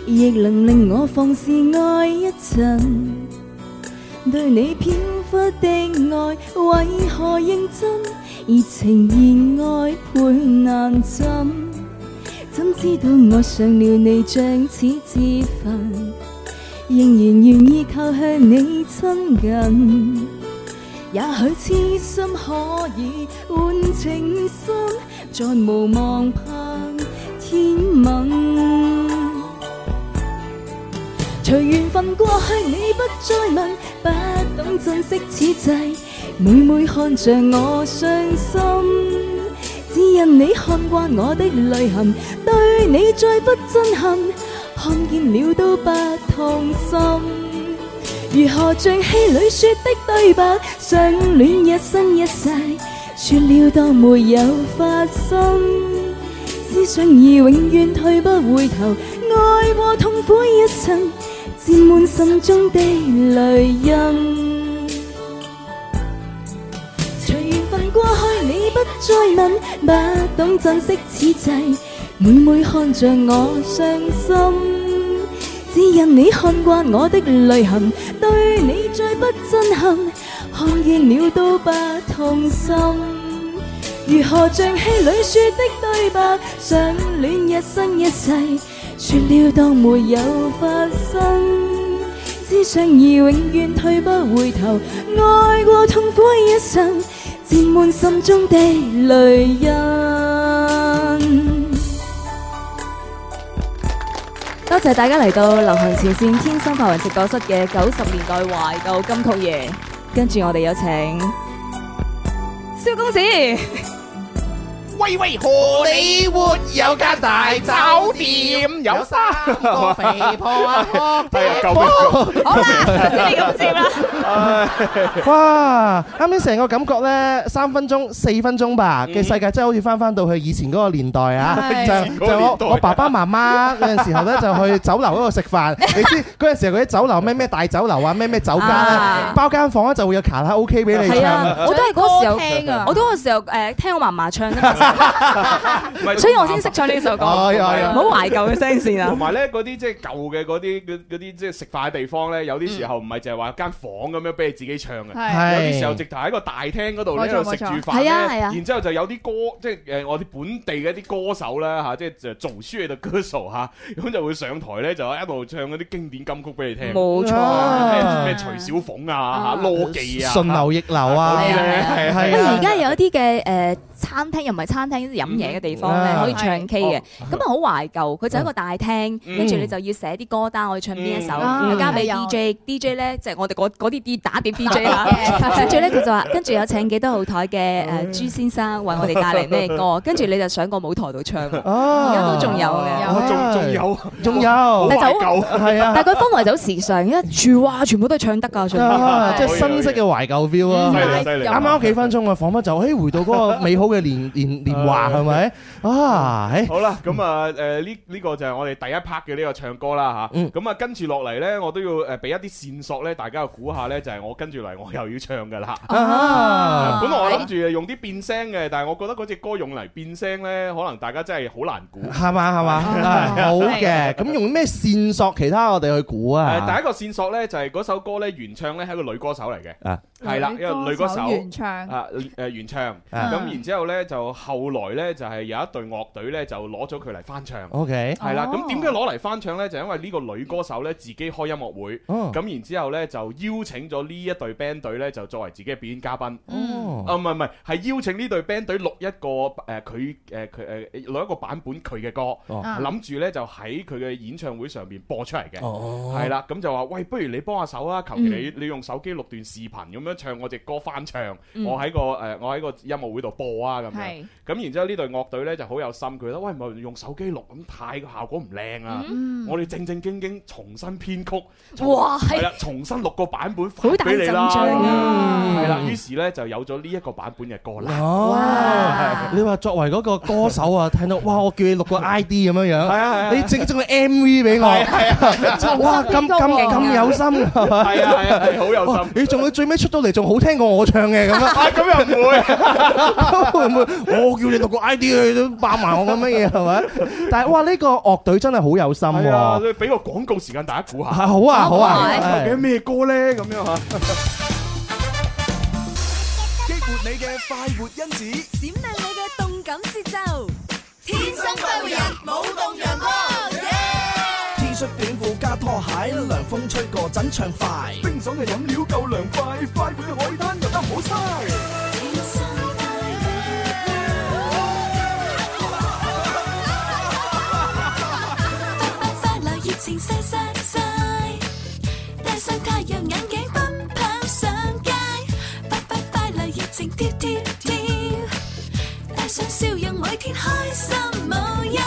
S8: 亦能令我放肆愛一陣。對你飄忽的愛，為何認真？而情而愛倍難枕。怎知道愛上了你，像此自焚。仍然願意靠向你親近。也許痴心可以換情深，再無望盼天吻。隨緣分過去，你不再問，不懂珍惜此際，每每看着我傷心。只因你看慣我的淚痕，對你再不憎恨。看見了都不痛心。如何像戲裏說的對白，相戀一生一世，說了當沒有發生。思想已永遠退不回頭，愛過痛苦一生，沾滿心中的淚印。隨緣分過去，你不再問，不懂珍惜此際，每每看着我傷心。只因你看慣我的淚痕，對你再不憎恨，看見了都不痛心。如何像戲裏說的對白，相戀一生一世，說了當沒有發生。思想已永遠退不回頭，愛過痛苦一生，沾滿心中的淚印。多謝大家嚟到流行前線天生發雲直播室嘅九十年代懷舊金曲夜，跟住我哋有請蕭公子，
S2: 喂喂，荷里活有間大酒店，有三個
S4: 肥婆啊，
S2: 係啊，救命！
S8: 好啦，你 咁接啦，
S4: 哇！啱先成個感覺咧，三分鐘、四分鐘吧嘅世界，真係好似翻翻到去以前嗰個年代啊！
S3: 係
S2: 嗰個
S4: 就就
S2: 年
S4: 我
S2: 代啊
S4: 我爸爸媽媽嗰陣時候咧，就去酒樓嗰度食飯。你知嗰陣時候嗰啲酒樓咩咩大酒樓啊，咩咩酒家咧
S8: 啊，
S4: 包間房咧就會有卡拉 OK 俾你
S8: 係
S4: 唱。
S8: 啊，我都係嗰時候，
S3: 聽啊，
S8: 我都嗰時候誒聽我嫲嫲唱啫嘛，
S2: 唔係
S6: 所以我先識唱呢首歌。
S4: 係係係
S6: 唔好懷舊嘅聲線
S2: 同
S6: 啊！
S2: 埋咧，嗰啲即係舊嘅嗰啲嗰嗰啲即係食飯嘅地方咧，有啲時候唔係淨係話間房咁樣俾你自己唱嘅。
S5: Ừ。係
S2: 有啲時候直頭喺個大廳嗰度咧，喺
S5: 冇錯
S2: 度食住
S5: 冇錯
S2: 飯咧，
S3: 係啊係啊
S2: 然之後就有啲歌，即係誒我哋本地嘅啲歌手啦嚇，即係就做書喺度歌手嚇， 咁就會上台咧就一路唱嗰啲經典金曲俾你聽，
S6: 冇錯
S4: 啊
S2: 咩咩徐小鳳啊嚇、羅技啊，
S4: 順流逆流啊，
S6: 係啊
S2: 係啊
S4: 係
S3: 不過
S4: 啊
S3: 而，家有一啲嘅誒餐廳，又唔係餐廳，飲嘢嘅地方
S4: 嗯
S3: 咧，
S4: 啊
S3: 可以唱 K 嘅
S2: 哦，
S3: 咁啊好懷舊。佢就一個大廳，
S2: 嗯
S3: 跟住你就要寫啲歌單，我要唱邊一首，
S5: 嗯
S3: 又交俾
S5: 啊
S3: DJ，DJ 咧就係我哋嗰嗰啲 D 打碟 DJ 啦。跟住咧佢就話，跟住有請幾多號台
S2: 嗯
S3: 嘅呃誒朱先生為我哋帶嚟 咩歌，跟住你就上個舞台度唱喎。
S4: 而
S3: 而家都仲有嘅
S2: 啊哦仲仲有，
S4: 啊仲有，
S3: 但
S2: 好
S3: 係就
S2: 懷舊
S4: 係啊
S3: 但。係佢氛圍就好時尚，因為住哇全部都係唱得㗎，唱得
S4: 啊，
S3: 㗎
S4: 即係新式嘅懷舊 feel
S2: 犀
S4: 啊！
S2: 利犀利，
S4: 啱啱幾分鐘啊，彷彿就誒回到嗰個美好嘅年年年華係咪啊？誒
S2: 好啦，咁啊，誒呢呢個就係我哋第一 part 嘅呢個唱歌啦吓，
S4: 嗯
S2: 咁啊，跟住落嚟呢，我都要誒俾一啲線索呢，大家估下呢，就係我跟住嚟我又要唱噶啦。
S4: 啊，
S2: 本來我諗住用啲變聲嘅，但係我覺得嗰隻歌用嚟變聲呢，可能大家真係好難估。
S4: 係嘛係嘛，
S2: 哦
S4: 啊好嘅。咁用咩線索其他我哋去估
S2: 誒，
S4: 啊？
S2: 第一個線索呢，就係嗰首歌呢，原唱呢係一個女歌手嚟嘅
S4: 啊，
S2: 係啦，因為女歌手
S5: 原唱，
S2: 啊誒原唱，
S4: 啊
S2: 咁然之後呢，就後來呢，就係有一隊樂隊呢，就攞咗佢嚟翻唱。
S4: O K，
S2: 係啦，
S5: 哦
S2: 咁點解攞嚟翻唱呢？就因為呢個女歌手呢，自己開音樂會，
S4: 哦
S2: 咁然之後呢，就邀請咗呢一隊 band 隊呢，就作為自己嘅表演嘉賓。
S4: 哦
S5: 嗯
S2: 啊，唔係唔係，係邀請呢隊 band 隊錄一個誒佢誒佢誒錄一個版本佢嘅歌，
S4: 哦
S5: 啊
S2: 諗住呢就喺佢嘅演唱會上面播出嚟嘅。
S4: 哦，
S2: 係啦，啊咁就話喂，不如你幫下手啊！求其你你用手機錄段視頻咁樣唱我隻歌翻唱，我喺個誒我喺個音樂會度播啊咁樣。
S5: 係
S2: 咁然之後呢隊樂隊呢就好有心，佢覺得喂唔係用手機錄咁太個效果唔靚啊！我哋正正經經重新編曲，重
S6: 哇，
S2: 係
S6: 係
S2: 啦，重新錄個版本
S6: 好
S2: 發
S6: 大
S2: 俾你
S6: 陣
S2: 啦，
S6: 仗
S4: 啊
S2: 係啦，於是呢就有咗呢一個版本嘅歌啦。
S4: 哦，你話作為嗰個歌手啊，聽到哇，我叫你 錄個 I D 咁樣
S2: 係
S4: 樣，
S2: 啊係啊，啊
S4: 你整整個 M V 俾我，哇，咁咁咁有心㗎
S2: 係啊係啊係好有
S4: 哇
S2: 心。
S4: 你仲要最尾出到嚟仲好聽過我唱嘅咁樣。
S2: 啊咁又唔會，
S4: 會唔會我叫你讀個 ID 你都爆埋我咁乜嘢係咪？但係哇，呢個樂隊真係好有心
S2: 係啊，
S4: 喎！
S2: 你俾個廣告時間大家估下，
S4: 係好啊好啊，
S2: 究
S4: 係
S2: 竟咩歌咧？咁樣啊嚇。
S1: 激活你嘅快活因子，
S7: 閃亮你嘅動感節奏，天生快活人，舞動陽光。
S1: T 恤短褲加拖鞋，涼風吹過陣暢快，冰爽嘅飲料夠涼快，快活嘅海灘又得唔好嘥。
S7: 天生快活人，快快樂熱情曬曬曬，戴上太陽眼鏡奔跑上街，快快快樂熱情跳跳跳，帶上笑容每天開心無憂，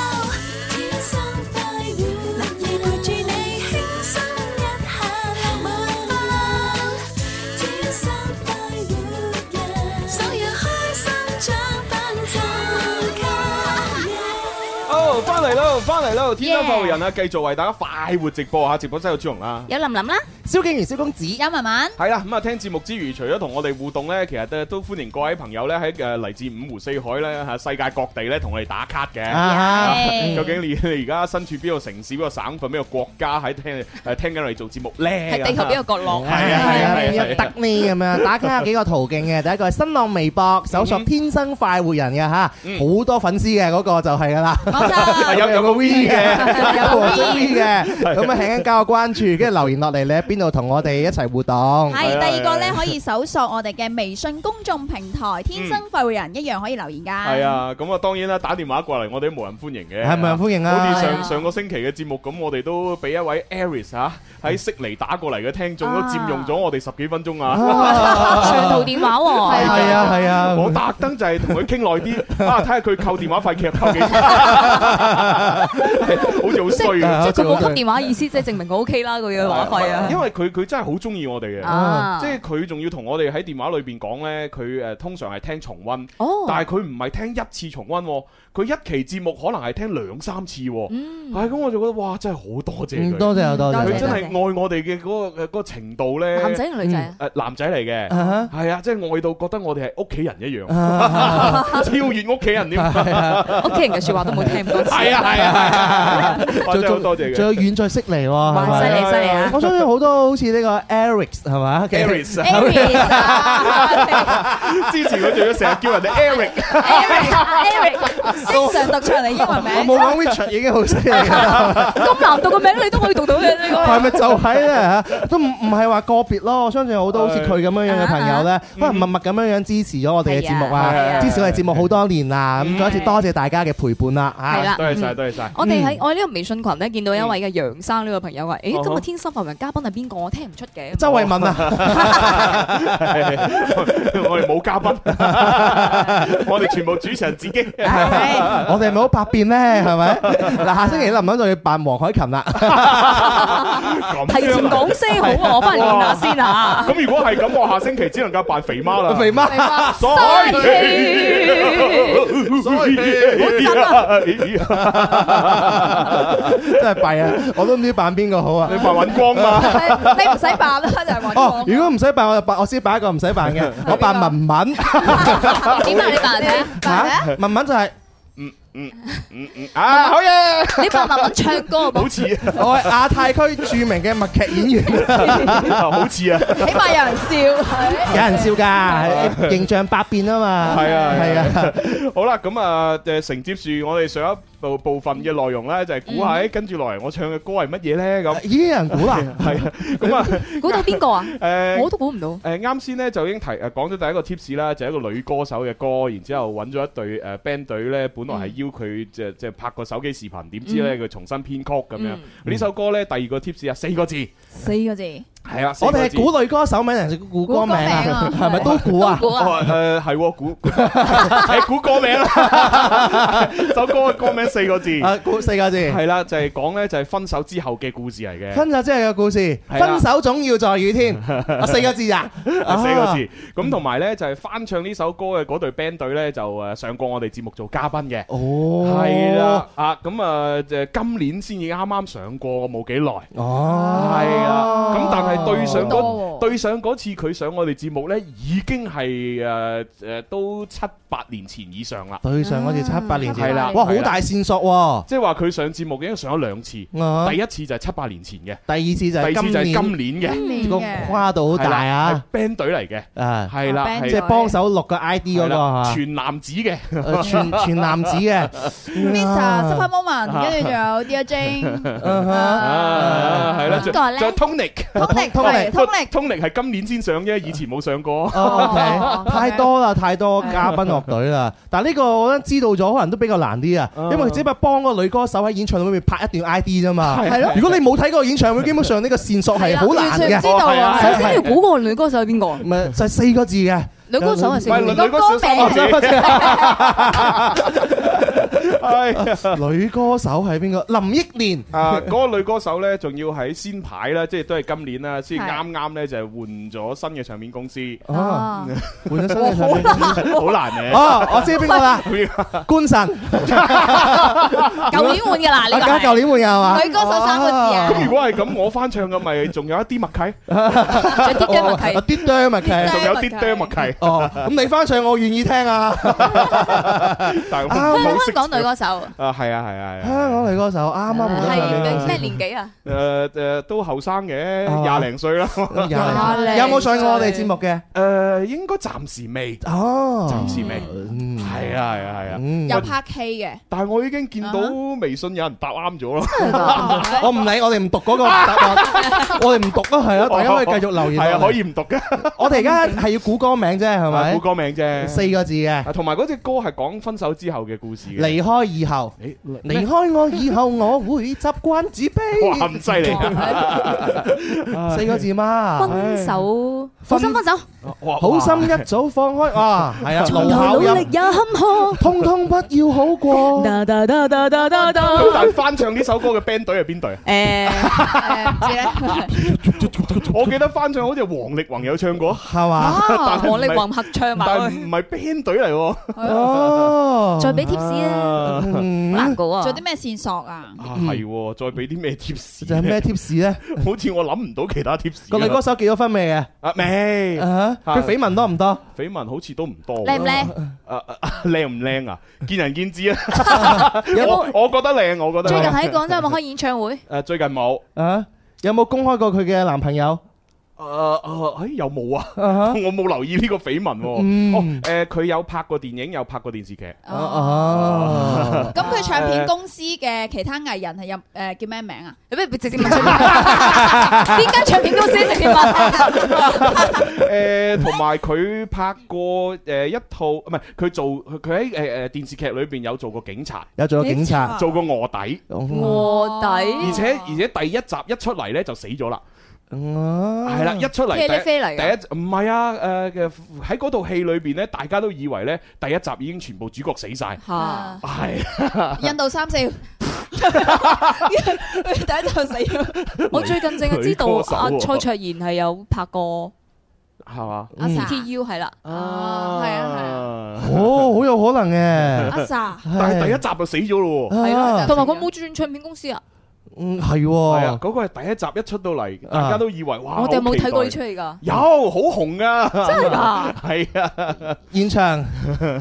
S7: 天生快活人，樂意陪住你輕鬆一下，無分天生快活人，所有開心獎品參加。
S2: 哦，翻嚟咯，翻嚟咯，天生快活人啊，繼續為大家快活直播嚇，直播室有朱容啦。
S6: 有林林啦，
S4: 蕭敬元、蕭公子，嗯
S5: 有文文，
S2: 係啦，咁啊聽節目之餘，除咗同我哋互動呢，其實都都歡迎各位朋友呢，喺誒嚟自五湖四海呢，嚇世界各地呢，同我哋打卡嘅。
S4: 啊
S6: 係
S2: 究竟你 你而家身處邊個城市、邊個省份、邊個國家喺聽誒聽緊我哋做節目呢？
S6: 係地球邊個角落？
S2: 係啊係啊係啊係啊
S4: 得呢咁樣打卡有幾個途徑嘅，第一個係新浪微博搜索
S2: 嗯
S4: 「天生快活人」嘅吓，
S2: 嗯
S4: 好多粉絲嘅嗰個就係噶啦。
S6: 冇 錯，
S2: 有有個 V 嘅。
S4: 有黃宗 V 嘅，咁啊輕輕加個關注，跟住留言落嚟，你喺邊度同我哋一齊互動？
S5: 係
S2: 啊
S5: 第二個咧可以搜索我哋嘅微信公眾平台天生快活人，一樣可以留言㗎。
S2: 嗯係，啊，咁啊當然啦，打電話過嚟我哋都無人歡迎嘅，
S4: 係咪歡迎啊？
S2: 好似
S6: 係
S2: 上
S6: 啊
S2: 上個星期嘅節目咁，我哋都俾一位 Aris 嚇
S4: 嗯
S2: 喺悉尼打過嚟嘅聽眾都
S5: 啊
S2: 佔用咗我哋十幾分鐘啊！
S6: 長途
S4: 啊
S6: 電話喎，
S4: 係啊係啊，
S2: 我 特登就係同佢傾耐啲，啊睇下佢扣電話費，其實扣幾多？ 好似好衰啊！
S6: 即係佢冇覆電話意思，即係證明我 OK 啦，佢嘅話費啊。
S2: 因為佢佢真係好中意我哋嘅，
S6: 啊，
S2: 即係佢仲要同我哋喺電話裏邊講呢，佢誒通常係聽重温，
S6: 哦，
S2: 但係佢唔係聽一次重温喎，佢一期節目可能係聽兩三次喎，
S5: 嗯，
S2: 係咁我就覺得哇，真係好多謝
S4: 嗯，
S2: 佢，
S4: 多謝啊多謝。
S2: 佢真
S5: 多
S2: 係愛我哋嘅嗰個嗰個程度呢，
S6: 男仔定女仔啊？
S2: 誒
S4: 嗯
S2: 男仔嚟嘅。
S4: 啊
S2: 係啊，即係愛到覺得我哋係屋企人一樣
S4: 哈，啊
S2: 超越屋企人添。係
S4: 係啊
S6: 屋企人嘅説話都冇聽過。
S2: 啊，係啊，係啊，哇 真係好多謝
S4: 仲
S2: 佢。
S4: 有遠在悉尼喎，係咪
S5: 哇，犀利犀利啊
S4: 我相信好多好似呢個 Eric 係咪
S2: Aris 啊
S5: ！Eric 啊
S2: 之前佢仲要成日叫人哋 Eric。
S5: ，Eric，Eric，經常讀錯你英文
S4: 我
S5: 名，
S4: 冇講 Richard 已經好犀利啦，
S6: 咁難讀個名你都可以讀到 嘅呢
S4: 係咪就係咧嚇？都唔唔係話個別咯，我相信好多好似佢咁樣樣嘅朋友咧，可能默默咁樣樣支持咗我哋嘅節目
S2: 係啊係
S4: 啊
S2: 啊，
S4: 支持我哋節目好多年啦，咁再一次多謝大家嘅陪伴啦
S6: 係
S4: 嚇。
S6: 啦嗯
S2: 多謝
S3: 嗯
S2: 晒，多謝晒。
S6: 我哋
S4: 嗯
S6: 喺我呢個微信群咧，見到一位嘅楊生呢個朋友話：，誒，今日天生發明嘉賓係邊個？我聽唔出嘅。
S4: 周慧敏啊，
S2: 我哋冇嘉賓，我哋全部主持人自己。
S5: 係
S4: 我哋係咪好百 變咧？係咪？嗱，下星期林林就要扮黃海琴啦。
S2: 咁
S6: 提前
S2: 樣啊
S6: 講聲好啊，我翻嚟練下先啊。
S2: 咁如果係咁，我下星期只能夠扮肥媽啦。
S4: 肥媽。真係弊啊！我都唔知扮邊個好啊
S2: 你！扮尹光嘛？
S5: 你你唔使扮啦，就係黃
S4: 哦，
S5: 光。
S4: 如果唔使扮我就扮，我先扮一個唔 使扮嘅，我扮文文
S6: 點啊？你扮咩？
S4: 嚇，文文就係
S2: 嗯嗯嗯嗯，啊好嘢，
S6: 你扮文文唱 歌
S2: 好似
S4: 我係亞太區著名嘅默劇演員，
S2: 啊，好似啊，
S5: 起碼有人笑
S4: 有
S5: 佢。
S4: 人笑 㗎，形象百變啊嘛，
S2: 係啊係
S4: 係
S2: 啊
S4: 啊，
S2: 好啦，咁啊，誒承接住我哋上一部部分嘅內容咧，就係估下跟住落嚟我唱嘅歌係乜嘢咧咁。
S4: 已經有人估啦，
S2: 係啊，咁啊，
S6: 估到邊個啊？
S2: 誒
S6: 我都估唔到。
S2: 誒啱先咧就已經提誒講咗第一個 tips 啦，就係一個女歌手嘅歌，然之後揾咗一隊誒 band 隊咧，本來係邀佢即即係拍個手機視頻，點知咧佢重新編曲咁樣。呢首歌咧第二個 tips 啊，四個字，
S5: 四個字，
S2: 係啊，四
S4: 我
S2: 個
S4: 哋係
S2: 字
S4: 估女歌手名定係估歌名啊？
S5: 估歌名啊
S4: 係咪都估啊？
S6: 估啊！
S2: 哦誒係喎，估 誒估歌名啦， 首歌嘅歌名四個字，
S4: 啊，估四個字。
S2: 係啦，就係講咧就係分手之後嘅故事嚟嘅。
S4: 分手之後嘅故事，
S2: 係啦
S4: 分手總要在 雨天，啊四個字啊，
S2: 四個字，咁同埋呢，就係翻唱呢首歌嘅嗰隊 band 隊呢，就誒上過我哋節目做嘉賓嘅，
S4: 哦，
S2: 係，啦，啊咁啊就今年先至啱啱上過冇幾耐，
S4: 哦，
S2: 係啊，咁但係對上嗰
S5: 多喎
S2: 對上嗰次佢上我哋節目呢，已經係誒誒都七八年前以上啦，
S4: 啊對上嗰次七八年前
S2: 係啦
S4: 哇，好
S2: 係啦
S4: 大線索喎。
S2: 即係話佢上節目已經上咗兩次，
S4: 啊
S2: 第一次就係七八年前嘅，
S4: 第二次就
S2: 第二
S4: 係
S2: 次就
S4: 今年
S2: 係今年嘅，
S5: 今
S4: 個
S5: 年嘅
S4: 跨度好大啊！
S2: 係啦係，band 隊嚟嘅，
S4: 啊，
S2: 係啦，
S5: 啊，band
S2: 係
S4: 即係幫手錄個 ID
S2: 係
S4: 嗰個
S2: 啦
S4: 嚇
S2: 全男子嘅。
S4: 呃， 全全男子嘅啊 Uh-huh。
S5: Mr. Super Moment，跟住仲有 Dear Jane，
S4: 嗯哼
S2: 啊，係啦，
S5: 邊個
S2: 仲有
S5: 咧
S2: Tonic，
S5: 通力
S4: 通力
S5: 係通力，
S2: Tonic 係今年先上啫，以前冇上過。
S6: Ờ,
S4: 哦
S5: 哦
S4: ，OK，太多啦，太多嘉賓樂隊啦。但係呢個我覺得知道咗，可能都比較難啲啊，
S2: Ờ。
S4: 因為佢只不過幫個女歌手喺演唱會裏面拍一段 ID 啫嘛。
S2: 係咯
S4: 如果你冇睇過演唱會，基本上呢個線索係好難
S5: 完全唔知
S4: 嘅。
S5: 道
S2: 哦係啊
S6: 首
S5: 啊！
S6: 先要估個女歌手係邊個？
S4: 咪就係四個字嘅，
S6: 女歌手係四
S2: 喂，
S6: 個
S2: 女
S6: 字。
S2: 女歌手三個字，哎呀
S4: 女歌手係邊個？林憶蓮。
S2: 啊，嗰個女歌手咧，仲要喺先排啦，即係都係今年啦，先啱啱咧就係換咗新嘅唱片公司，
S4: 哦，
S5: 哦
S4: 換咗新嘅唱片
S2: 好難嘅。
S4: 哦，我知邊個啦，
S2: à.
S4: 官神。
S6: 舊年換嘅
S7: Ờ,
S6: 啦，
S4: 啊，
S6: 呢個係
S4: 家舊年會有啊？
S5: 女歌手三個字啊
S2: 咁如果係咁，我翻唱嘅咪仲有一啲默契，
S6: 仲有啲嘅問題
S4: 啊，。啲啄咪劇。
S2: 仲有啲多默契，
S4: 哦，咁你翻唱我願意聽啊！
S2: 但係我
S4: 啊
S2: 冇識
S6: 香港女歌手
S2: 啊，係啊，係啊，係
S4: 香
S2: 啊。
S4: 港女歌手哦啱啱換咗唱片
S6: 係
S4: 公司
S6: 咩年紀啊？
S2: 誒誒，都後生嘅，
S4: 係嘛
S2: 廿零歲啦。
S4: 有有冇上過我哋節目嘅？
S2: 誒，應該暫時未，
S4: 哦
S2: 暫，時未。à,
S4: 嗯，
S2: 係啊，係啊，係啊。
S6: Ừ,
S4: 嗯
S5: 有拍 K 嘅，
S2: 但係我已經見到微信有人答啱咗啦，
S4: 我唔理，我哋唔讀嗰個 答案，我哋唔讀咯，係啊，大家可以繼續留言。
S2: 係啊，可。以唔讀嘅，
S4: 我哋而家係要估歌名啫，係
S2: 啊估
S4: 咪？
S2: 歌名啫。
S4: 四個字嘅，
S2: 啊同埋嗰隻歌係講分手之後嘅故事嘅。
S4: 離開以後，
S2: 你
S4: 離開我以後，我會習慣自
S2: 哇咁
S4: 卑。
S2: 犀利，
S4: 四個字嘛，
S6: 分手
S3: 好心分手，
S2: 哎
S4: 好心一早放開啊，係啊，盧
S7: 從頭
S4: 巧
S7: 努力
S4: 音，
S7: 也坎坷。
S4: 通通不要好 過。
S7: 哒哒哒哒哒哒哒。
S2: 咁但係翻唱呢首歌嘅 band 隊係 邊隊啊？
S3: 誒
S5: 誒唔知咧，
S2: 我記得翻唱好似黃力宏有唱過，
S4: 係嘛？
S6: 哦
S3: 啊，王力宏合唱埋
S2: 但係
S3: 佢，
S2: 唔係 band 隊嚟喎。
S4: 哦，
S3: 再俾 tips 啊，
S2: 啊
S3: 好
S4: 嗯
S3: 難估啊
S5: 做，啲咩線索啊？
S2: 啊係喎，再俾啲咩 tips？
S4: 就係咩？tips 咧？
S2: 好似我諗唔到其他 tips
S4: 個
S2: 啦。
S4: 女歌手結咗婚未嘅？
S2: 啊未，
S4: 啊哈佢緋聞多唔多？
S2: 緋聞好似都唔多喎。
S3: 靚唔靚？
S2: 啊啊啊靚唔靚啊？見仁見智啊。
S4: 有冇
S2: 我我覺得靚，我覺得
S3: 最近
S2: 靚。
S3: 喺廣州有冇開演唱會？
S2: 誒最近冇。
S4: 啊？有冇公開過佢嘅男朋友？
S2: 誒誒，哎有冇啊？
S4: 啊哈
S2: 我冇留意呢個緋聞
S4: 嗯
S2: 喎。哦，誒佢有拍過電影，有拍過電視劇。
S4: 啊哦，
S5: 咁佢唱片公司嘅其他藝人係入誒叫咩名啊？
S3: 你不如直接問出邊間唱片公司直接問？
S2: 誒，同埋佢拍過誒一套，唔係佢做佢喺誒誒電視劇裏邊有做過警察，
S4: 有做過警察
S5: 啊。
S2: 做過卧底，
S4: 哦
S3: 卧
S2: 而
S3: 底
S2: 且而且第一集一出嚟咧就死咗啦，
S4: 嗯
S3: 嗯
S2: 係啦，一出嚟
S3: 茄
S2: 第
S3: 喱
S2: 一
S3: 啡嚟
S2: 第
S3: 㗎，
S2: 一唔係啊誒嘅喺嗰套戲裏邊咧，大家都以為咧第一集已經全部主角死晒，
S3: 嚇
S2: 係
S5: 印度三少，第 一就死咗。
S3: 我最近淨係知道
S2: 女歌手
S3: 阿
S2: 喎
S3: 蔡卓妍係有拍過
S2: 係嘛？
S5: 阿 Sa，
S3: TU 係啦，
S5: 哦係啊
S2: 啊，
S4: 哦，好有可能嘅。
S5: 阿 Sa，
S2: 但係第一集就死咗咯喎。
S3: 係
S4: 啊
S3: 咯，同埋佢冇轉唱片公司啊，
S4: 嗯，係
S2: 係啊，
S4: 喎。
S2: 嗰個係第一集一出到嚟，
S4: 啊
S2: 大家都以為哇，
S3: 我哋有冇
S2: 好期
S3: 睇過啊呢
S2: 待
S3: 出嚟㗎？
S2: 有好紅噶，
S3: 真係㗎，
S2: 係啊，
S4: 現場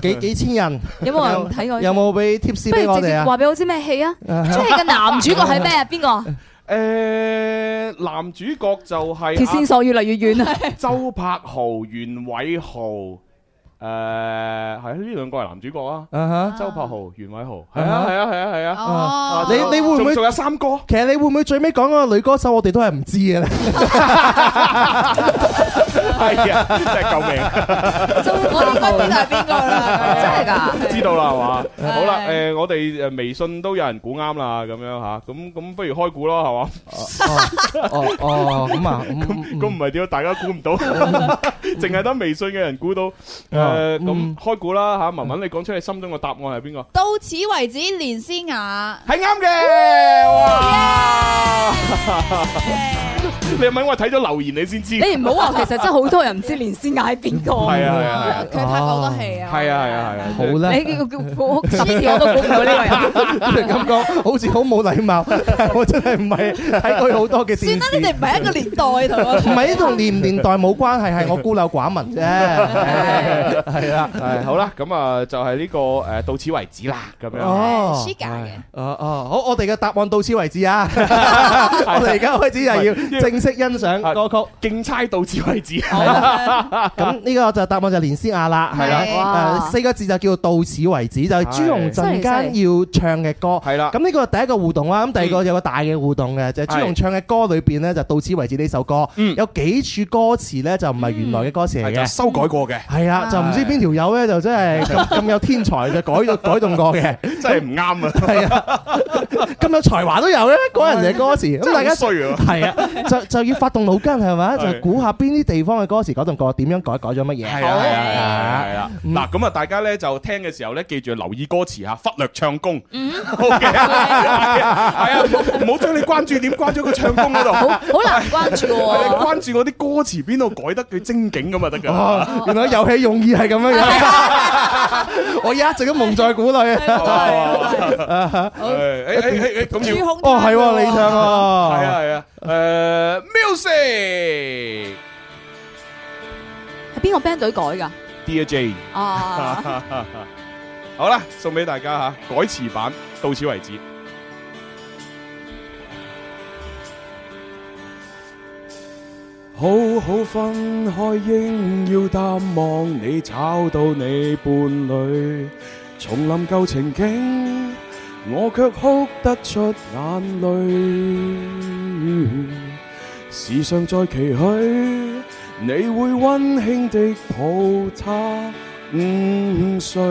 S4: 幾幾千人，
S3: 有冇人睇過？
S4: 有？冇俾 tips
S3: 不
S4: 俾
S3: 如
S4: 我
S3: 直
S4: 哋
S3: 接
S4: 啊？
S3: 話俾我知 咩戲啊？
S4: 啊
S3: 出戲嘅男主角係 咩？邊個？
S2: 誒呃男主角就
S3: 條線
S2: 係
S3: 索越嚟越遠啊！
S2: 阿 周柏豪、袁偉豪，誒係啊，呢兩個係男主角啊，
S4: 啊
S2: 周柏豪、袁偉豪，
S4: 啊
S2: 係啊係啊係啊係啊，
S5: 哦
S4: 哈，你你會唔
S2: 仲
S4: 會？
S2: 仲有三哥，
S4: 其實你會唔會最尾講嗰個女歌手，我哋都係唔知嘅咧？
S2: 係啊，真係救命，
S5: 我應該知道係邊個 啦，真係
S3: 啊
S5: 㗎。
S2: 知道啦係嘛？
S5: 係
S2: 好啦，誒我哋誒微信都有人估啱啦，咁樣吓，咁咁不如開估咯係嘛？
S4: 哦哦，咁啊，
S2: 咁唔係點啊？大家估唔 到，淨係得微信嘅人估
S4: 啊
S2: 到，
S4: 嗯
S2: 誒咁開估啦吓，文文你講出你心中嘅答案係邊個？
S5: 到此為止，連詩雅。
S2: 係啱嘅，哇！ 你係咪因為睇咗留言你先知？
S3: 你唔好話，其實真係好多人唔知連詩雅係邊個。
S2: 係啊係啊係啊
S5: 佢拍過好多戲啊。
S2: 係啊係啊係啊！
S4: 好啦。
S3: 你叫叫我十次我都估唔到呢個人。
S4: 咁講好似好冇禮貌， 我真係唔係睇過好多嘅電
S5: 算啦，你哋
S4: 視。
S5: 唔係一個年代同我。
S4: 唔係呢同年唔年代冇關係，係我孤陋寡 聞啫。係啦，
S2: 係好啦，咁啊就係呢個誒到此為止啦，咁樣。
S4: 哦，
S5: 詩雅嘅。
S4: 哦哦，好，我哋嘅答案到此為止 啊！我哋而家開始又要正式欣賞歌曲。
S2: 競猜到此為止，
S4: 咁呢個就答案就連詩雅啦，係
S5: 係
S4: 啦，
S3: 哇
S4: 誒四個字就叫到此為止，就係朱紅陣間要唱嘅歌。
S2: 係啦
S4: 咁呢個第一個互動啦，咁第二個有個大嘅互動嘅，就係朱紅唱嘅歌裏邊呢，就到此為止呢首歌，
S2: 嗯
S4: 有幾處歌詞呢，就唔係原來嘅歌詞嚟
S2: 係就
S4: 嘅。
S2: 修改過嘅，
S4: 係啊，就唔知邊條友呢，就真 係咁咁有天才，就改到改動過嘅，
S2: 真係唔啱啊！
S4: 係啊，咁有才華都有嘅，改人哋嘅歌詞。咁
S2: 真
S4: 大
S2: 係
S4: 家
S2: 好衰啊！
S4: 係啊，就就要發動腦筋係咪？
S2: 係
S4: 就估下邊啲地方嘅歌詞改動過，點樣改改咗乜嘢？
S2: 係啊係啊係啊係啊！
S4: 嗯
S2: 嗱咁啊，大家咧就聽嘅時候咧，記住留意歌詞嚇，忽略唱功。嗯，OK，係 啊，係啊，唔好將你關注點關咗個唱功嗰度，
S3: 好好難關 注
S2: 係你
S3: 喎。
S2: 關注嗰啲歌詞邊度改得佢精警咁啊得㗎。
S4: 哦，原來遊戲用意係咁樣樣，我一直都蒙在鼓裏啊！
S2: 哦誒誒誒誒，咁要
S5: 控
S4: 哦，係喎，你唱
S2: 係啊
S4: 喎，
S2: 係啊，誒 music
S3: 係邊個 band 隊改㗎？
S2: Dear J，
S3: 啊，
S2: 好啦，送俾大家嚇，改詞版到此為止。
S6: 好好分開，應要淡忘你，找到你伴侶。重臨舊情景，我卻哭得出眼淚。時常在期許，你會溫馨的抱他午睡。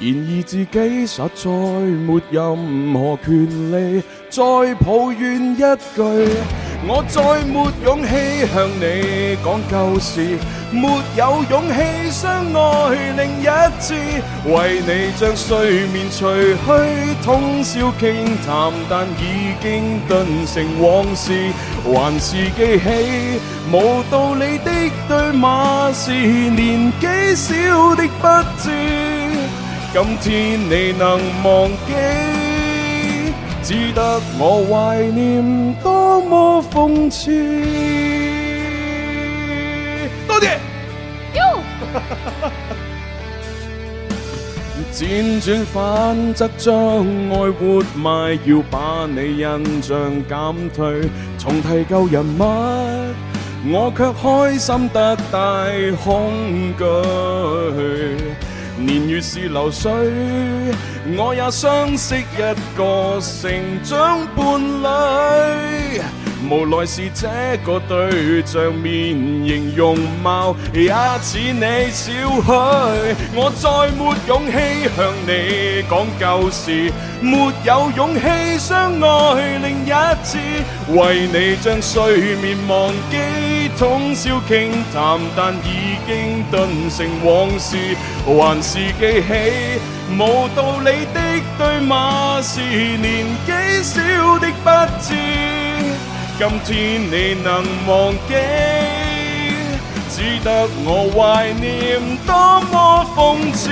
S6: 然而自己實在沒任何權利，再抱怨一句。我再沒勇氣向你講舊事，沒有勇氣相愛另一次，為你將睡眠除去，通宵傾談，但已經頓成往事，還是記起無道理的對罵是年紀小的不智，今天你能忘記？只得我懷念，多麼諷刺。多謝。輾轉反側，將愛活埋，要把你印象減退，重提舊人物，我卻開心得大恐懼。年月是流水，我也相識一個成長伴侶。無奈是這個對象面形容貌也似你少許，我再沒勇氣向你講舊事，沒有勇氣相愛另一次，為你將睡眠忘記，通宵傾談，但已經頓成往事，還是記起無道理的對罵是年紀小的不智。今天你能忘記，只得我懷念，多麼諷刺。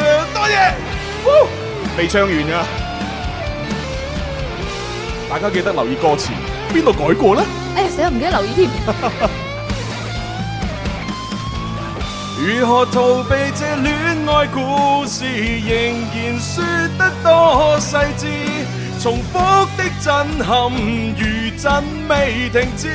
S6: 呃多謝，Woo！未唱完啊！大家記得留意歌詞，邊度改過呢？
S3: 哎，死啦，唔記得留意添。
S6: 如何逃避這戀愛故事，仍然說得多細緻，重複的震撼餘震未停止。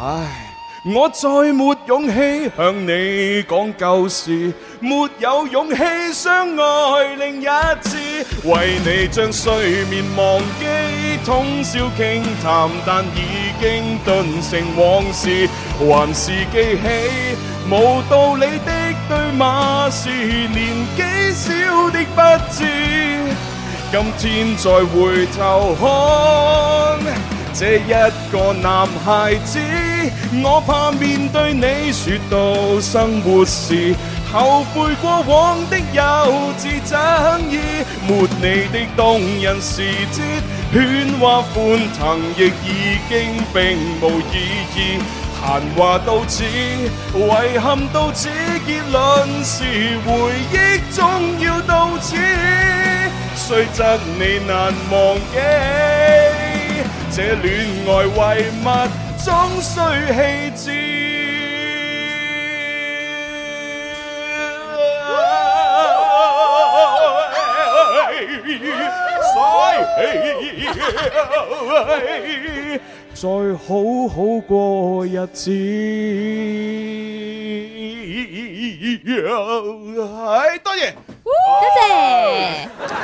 S6: 唉，我再沒勇氣向你講舊事，沒有勇氣相愛另一次，為你將睡眠忘記，通宵傾談，但已經頓成往事，還是記起無道理的對罵是年紀小的不智。今天再回頭看，這一個男孩子，我怕面對你説到生活時，後悔過往的幼稚爭議，沒你的動人時節，喧嘩歡騰亦已經並無意義。閒話到此，遺憾到此，結論是回憶總要到此。雖則你難忘記，這戀愛遺物總需棄置。再好好過日子。係哎多謝。
S3: 多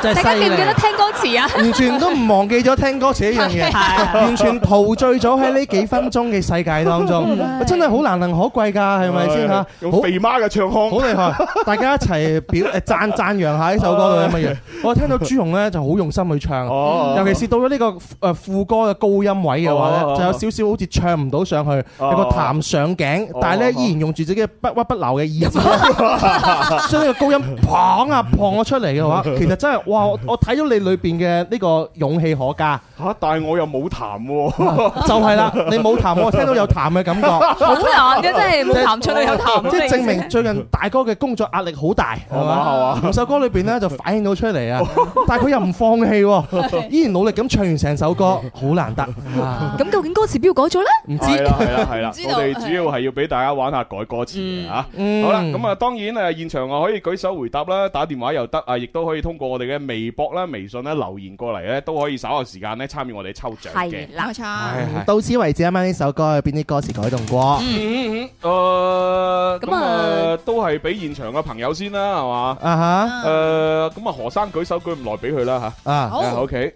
S4: 真係
S3: 謝，大
S4: 犀
S3: 家
S4: 利
S3: 記唔記得聽歌詞啊？
S4: 完全都唔忘記咗聽歌詞呢樣嘢，完全陶醉咗喺呢幾分鐘嘅世界當中，真係好難能可貴㗎，係咪先嚇？好
S6: 用哎肥媽嘅唱腔
S4: 好。厲害！大家一齊表 誒讚讚揚下呢首歌嘅乜嘢？我聽到朱紅咧就好用心去唱，
S6: 哦
S4: 尤其是到咗呢個誒副歌嘅高音位嘅話咧，
S6: 哦
S4: 就有少少好似唱唔到上去，
S6: 哦
S4: 有個痰上頸，但係咧
S6: 哦
S4: 依然用住自己嘅不屈不撓嘅意 志呢，將呢個高音 砰啊砰咗出嚟嘅話，其實真係哇！我我睇到你裏邊嘅呢個勇氣可嘉，
S6: 吓、但係我又冇痰喎。
S4: 就 係啦，你冇痰，我聽到有痰嘅感覺。
S3: 好難嘅，真係冇談出嚟有談，啊
S4: 即係證明最近大哥嘅工作壓力好大，係嘛？五首歌裏邊咧就反映到出嚟啊，但係佢又唔放棄 喎，依然努力咁唱完成首歌，好難得。啊
S3: 咁究竟歌詞邊度改咗咧？
S4: 唔知
S6: 係啦係啦係啦，
S2: 知道
S6: 我哋主要係要俾大家玩下改歌詞嘅吓。
S4: 嗯
S6: 好啦，咁啊，當然誒，現場我可以舉手回答啦，打電話又得啊，亦都可以通過我哋嘅微博啦、微信啦留言過嚟咧，都可以稍後時間咧參與我哋抽獎嘅。
S3: 啦，
S2: 冇錯。
S4: 到此為止，啱啱呢首歌有邊啲歌詞改動過？
S6: 嗯嗯嗯，誒，
S3: 咁
S6: 咁
S3: 啊
S6: 啊，都係俾現場嘅朋友先啦，係嘛？
S4: 啊
S6: 誒，咁啊，何生舉手舉唔耐俾佢啦吓。
S4: 嚇啊！
S2: 好
S6: 啊，OK，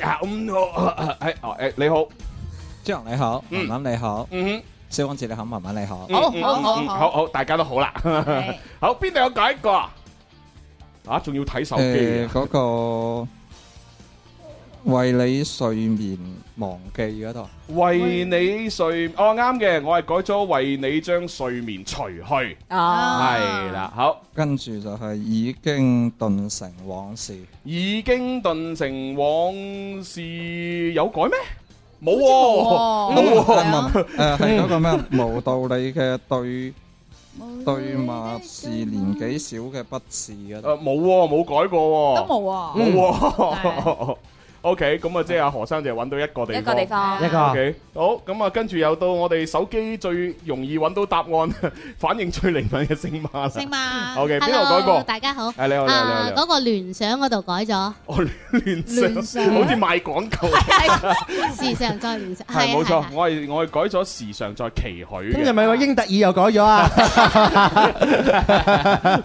S6: 啊咁好，係哦，誒，你好，
S9: 張你好，文文你好，
S6: 嗯
S9: 小王子你好，文文你好
S6: 哼，。
S2: 好
S6: 嗯
S2: 好好
S6: 嗯
S2: 好
S6: 好好，大家都好啦。好，邊度有改過啊？
S2: 啊，仲要睇手
S9: 誒
S2: 機
S9: 嗰個為你睡眠忘記嗰度，
S2: 為你睡哦啱嘅，我係改咗為你將睡眠除去，係
S6: 啊，
S9: 哦
S2: 啦，好，
S9: 跟住就係已經頓成往事。
S2: 已經頓成往事有改咩？冇
S5: 好
S2: 喎，
S9: 哦
S2: 嗯
S5: 似冇喎
S2: 冇
S5: 係啊
S2: 喎，
S9: 誒係嗰個咩無道理嘅對對罵是年紀小嘅不是嗰度。
S2: 誒呃冇喎，冇改過
S5: 都
S2: 喎，
S5: 冇啊，
S2: 冇
S5: 係
S2: 喎。OK，咁啊，即係阿何生就揾到一個地
S6: 一個地方
S4: 一。個
S2: OK，好，咁啊，跟住又到我哋手機最容易揾到答案、 反應最靈敏嘅星媽啦。
S10: 星媽
S2: OK，邊度改過
S10: 大家好。
S2: 誒，你好，你好，你好
S10: 啊
S2: 你！好，
S10: 嗰個聯想嗰度改咗，
S2: 我亂想，
S5: 亂想
S2: 好似賣廣告。
S3: 嗯
S10: 時尚再聯想，
S2: 係
S10: 係
S2: 冇錯
S10: 啊，係啊
S2: 我係我係改咗時常在期許
S4: 咁又
S2: 嘅，
S4: 咪話英特爾又改咗啊？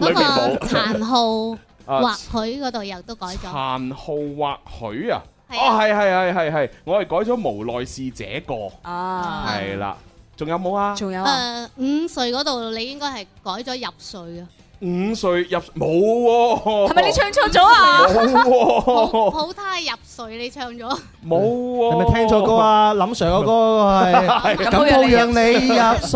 S10: 嗰
S2: 裏面冇
S10: 個殘酷或
S2: 啊
S10: 許嗰度又都改咗，
S2: 殘酷或許啊，哦
S10: 係啊
S2: 係係係係係，我係改咗無奈是這個，
S6: 啊，
S2: 係啦，仲有冇啊？
S6: 仲有啊，
S10: 誒五歲嗰度你應該係改咗入睡啊，
S2: 五歲入冇喎，
S6: 係咪你唱錯咗啊？
S10: 抱
S2: 冇喎，
S10: 抱他入睡你唱咗，
S2: 冇喎，
S4: 係咪聽錯歌？啊？林 Sir 個歌
S6: 咁
S4: 係咁
S6: 好
S4: 抱
S6: 讓
S4: 讓
S6: 你
S4: 你入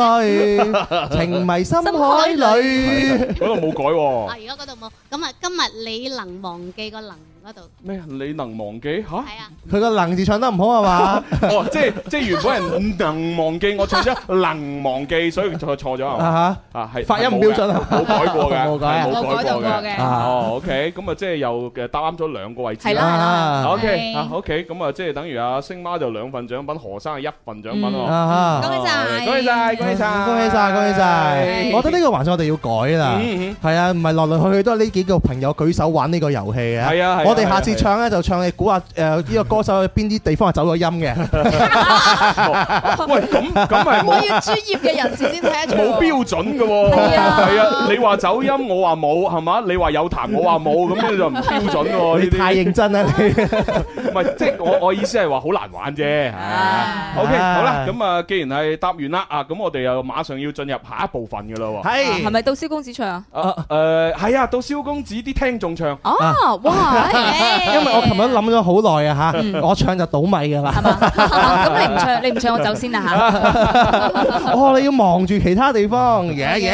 S4: 睡，情迷深海裏。
S2: 嗰度冇改
S10: 啊
S2: 喎，
S10: 而家嗰度冇，咁啊今日你能忘記個能嗰度，
S2: 咩啊？你能忘記吓？
S10: 係啊，
S4: 佢個能字唱得唔好係嘛？
S2: 哦，即係即係原本係能忘記，我唱咗能忘記，所以錯錯咗係嘛？
S4: 啊
S2: 啊係
S4: 發音
S2: 係
S4: 唔
S2: 冇嘅
S4: 標準啊
S2: 冇改過嘅，
S4: 冇改啊
S2: 係
S5: 冇改到
S2: 過
S5: 過
S2: 嘅。
S4: 啊
S5: 嘅，
S2: 哦，OK，咁啊，即係又嘅答啱咗兩個位置
S6: 係
S4: 嚇
S6: 啦
S2: 啦。
S4: 啊
S2: OK，
S5: 係
S2: 啊 OK，咁啊，即係等於阿星媽就兩份獎品，何生係一份獎品
S6: 嗯
S2: 喎。
S4: 啊
S5: 恭
S4: 哈！
S5: 喜晒
S2: 恭喜晒，恭喜晒，
S4: 恭喜晒，恭喜晒！
S5: 係
S4: 我覺得呢個環節我哋要改啦。
S2: 嗯
S4: 係啊，唔係來來去去都係呢幾個朋友舉手玩呢個遊戲嘅。
S2: 係啊係啊
S4: 我哋下次唱咧就唱你估下誒呢個歌手邊啲地方係走咗音 嘅。
S2: 嗯 喂，咁咁係
S5: 我
S2: 冇
S5: 要專業嘅人士先睇得出喎，
S2: 冇標準嘅喎。
S5: 係啊
S2: 係啊，你話走音，我話冇，係嘛？你話有彈，我話冇，咁你就唔標準喎。呢
S4: 你
S2: 啲
S4: 太認真啦你。
S2: 唔係，即係我我意思係話好難玩啫。係啊 OK，
S4: 啊
S2: 好啦，咁啊，既然係答完啦，啊，咁我哋又馬上要進入下一部分嘅啦喎。
S6: 係
S4: 係
S6: 咪到蕭公子唱啊？
S2: 啊誒，係啊，到蕭公子啲聽眾
S5: 哦
S2: 唱。
S6: 啊，
S1: 哎
S6: 哇！ 因
S4: 因為我琴日諗咗好耐啊
S1: 嗯
S4: 嚇，我唱就倒米㗎啦。
S6: 係嘛？哎咁你唔唱，你唔唱我走先啦
S4: 哦，你要望住其他地 方，耶耶！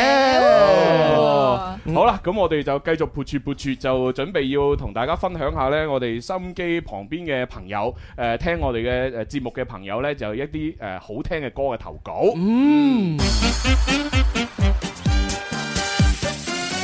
S2: 哦，好啦，咁我哋就繼續撥住撥住，就準備要同大家分享下呢。我哋心機旁邊嘅朋友，誒、呃聽我哋嘅誒節目嘅朋友呢，就有一啲誒、呃好聽嘅歌嘅投稿。
S4: 嗯，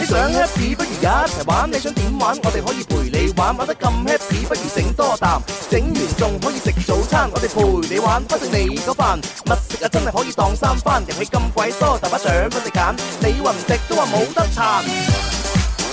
S1: 你想 happy 不如一齊玩，你想點玩我哋可以陪你玩，玩得咁 happy 不如整多啖，整完仲可以食早餐，我哋陪你玩，不食你嗰飯，物食啊真係可以當三番，遊戲咁鬼多，大把獎俾你揀，你話唔食都話冇得彈。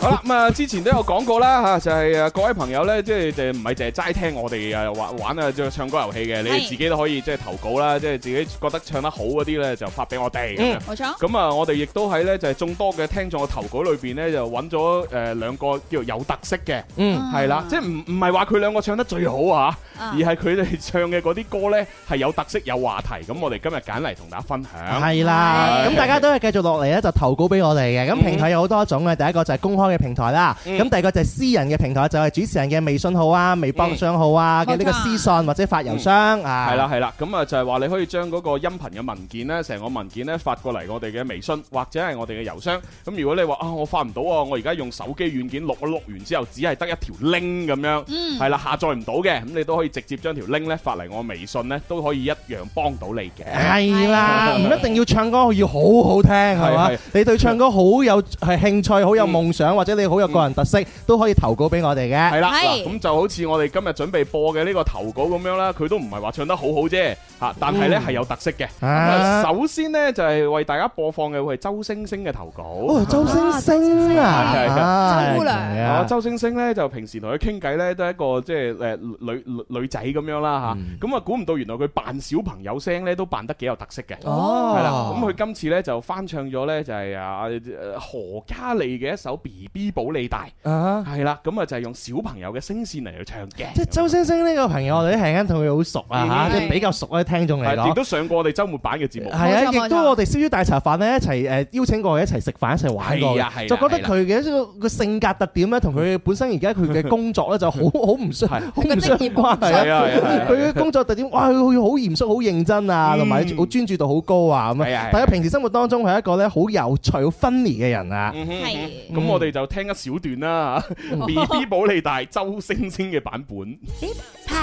S2: 好啦，咁啊，之前都有講過啦嚇，就係、誒各位朋友呢，即係誒唔係淨係齋聽我哋誒玩玩啊，即係唱歌遊戲嘅，你哋
S5: 係
S2: 自己都可以即係投稿啦，即係自己覺得唱得好嗰啲呢，就發俾我哋咁樣。
S5: 冇錯。
S2: 咁啊，我哋亦都喺咧就係眾多嘅聽眾嘅投稿裏邊咧，就揾咗誒兩個叫做有特色嘅，
S4: 嗯
S2: 係啦，即係唔唔係話佢兩個唱得最好啊，
S5: 啊
S2: 而係佢哋唱嘅嗰啲歌咧係有特色有話題，咁我哋今日揀嚟同大家分享。
S4: 係啦，
S2: 係
S4: 咁大家都係繼續落嚟咧，就投稿俾我哋嘅。咁
S2: 嗯
S4: 平台有好多種嘅，第一個就係公開嘅平台啦，
S2: 嗯
S4: 咁第二個就係私人嘅平台，就係主持人嘅微信號啊、微博帳號啊嘅呢個
S5: 冇錯
S4: 私信或者發郵箱啊。
S2: 係啦係啦，咁啊就係話你可以將嗰個音頻嘅文件咧，成個文件咧發過嚟我哋嘅微信或者係我哋嘅郵箱。咁如果你話啊我發唔到啊，我而家用手機軟件錄一錄完之後，只係得一條 link 咁樣。
S5: 嗯，
S2: 係啦，下載唔到嘅，咁你都可以直接將條 link 咧發嚟我微信咧，都可以一樣幫到你嘅。
S4: 係啦，唔 一定要唱歌要好好聽，係嘛
S2: 係？
S4: 你對唱歌好有係興趣，好有夢想，或者你好有個人特色，都可以投稿俾我哋嘅。
S2: 係啦，嗱
S5: 係
S2: 咁就好似我哋今日準備播嘅呢個投稿咁樣啦，佢都唔係話唱得好好啫，嚇，但係咧係有特色嘅。咁啊
S4: 啊
S2: 首先呢，就係為大家播放嘅會係周星星嘅投稿
S4: 哦，。周星星啊，
S2: 係係係
S4: 啊
S5: 周姑娘
S4: 係
S2: 啊，
S4: 啊
S2: 周星星呢，就平時同佢傾偈呢，都係一個即係誒女女女仔咁樣啦嚇，咁啊估唔到原來佢扮小朋友聲呢，都扮得幾有特色嘅。
S4: 哦，
S2: 係啦，咁佢今次咧就翻唱咗咧就係啊呃何嘉莉嘅一首 B B 噃，保你大，
S4: 啊！
S2: 係啦，咁啊就係用小朋友嘅聲線嚟去唱嘅，
S4: 即係周星星呢個朋友，我哋啲係啱同佢好熟啊
S2: 嗯
S4: 嚇，即係比較熟啊啲聽眾嚟
S2: 係亦
S4: 講。
S2: 都上過我哋週末版嘅節目，
S4: 係啊，
S5: 冇錯
S4: 亦都
S5: 冇錯
S4: 我哋燒豬大茶飯咧一齊誒邀請過佢一齊食飯一齊玩過
S2: 係啊係啊
S4: 嘅，就覺得
S2: 係啊
S4: 佢嘅一個個性格特點咧，同佢本身而家佢嘅工作咧就好好唔相
S2: 係
S4: 好唔相關
S2: 係
S4: 係
S2: 啊係啊係啊
S4: 佢嘅工作特點，哇！佢佢好嚴肅、好認真啊，
S2: 嗯
S4: 同埋好專注度好高啊
S2: 係
S4: 咁
S2: 啊係
S4: 啊
S2: 啊。
S4: 但係平時生活當中係一個咧好有趣、好 funny 嘅人啊。
S2: 嗯哼
S11: 係
S2: 咁我哋就聽一小段啦，B B 保你大周星星嘅版本，
S12: 噼啪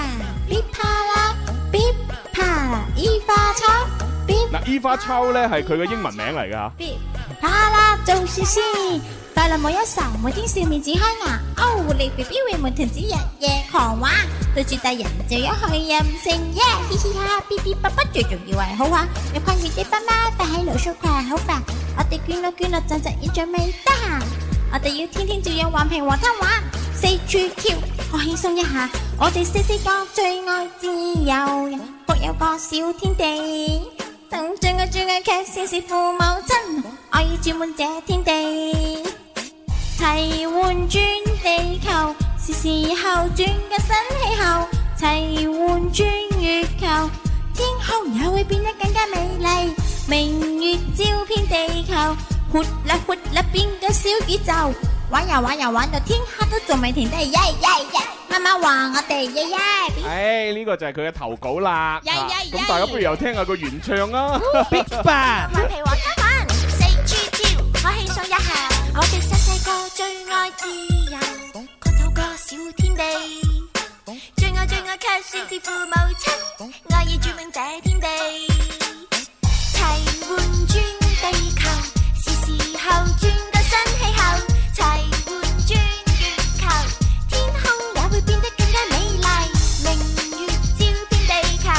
S12: 噼啪啦，噼啪一发钞，噼
S2: 嗱 Eva Chow 咧係佢嘅英文名嚟㗎。
S12: 噼啪啦做事先。快樂冇憂愁，每天笑面只開牙。哦，你 B B 會沒停止日夜狂話，對住大人就有去任性耶，嘻嘻哈哈，嗶嗶叭叭，最重要係好玩。有困擾的爸媽，快喺路上快好煩，我哋捐咯捐咯，陣陣現象未得閒，我哋要天天照樣玩平和貪玩，四處跳，我輕鬆一下，我哋四四角最愛自由，各有各小天地。等最愛最愛卻先是父母親，我已注滿這天地。齊換轉地球，是時候轉個新氣候。齊換轉月球，天空也會變得更加美麗。明月照遍地球，活啦活啦變個小宇宙。玩呀玩呀玩到天黑都仲未停低，耶耶耶！媽媽話我哋耶耶。
S2: 唉，呢個就係佢嘅投稿啦。
S11: 呀呀呀
S2: 啊咁大家不如又聽下個原唱啊。
S12: 顽皮和他玩，四處跳，我輕鬆一下。我哋細細個最愛自由，各有個小天地。最愛最愛卻算是父母親，愛意注滿這天地。齊換轉地球，是時候轉個新氣候。齊換轉月球，天空也會變得更加美麗。明月照遍地球，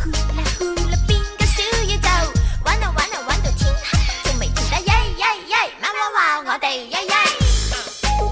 S12: 呼啦呼啦變個小宇宙，玩到玩到玩到天黑都仲未停得，耶耶耶！媽媽話我哋耶耶。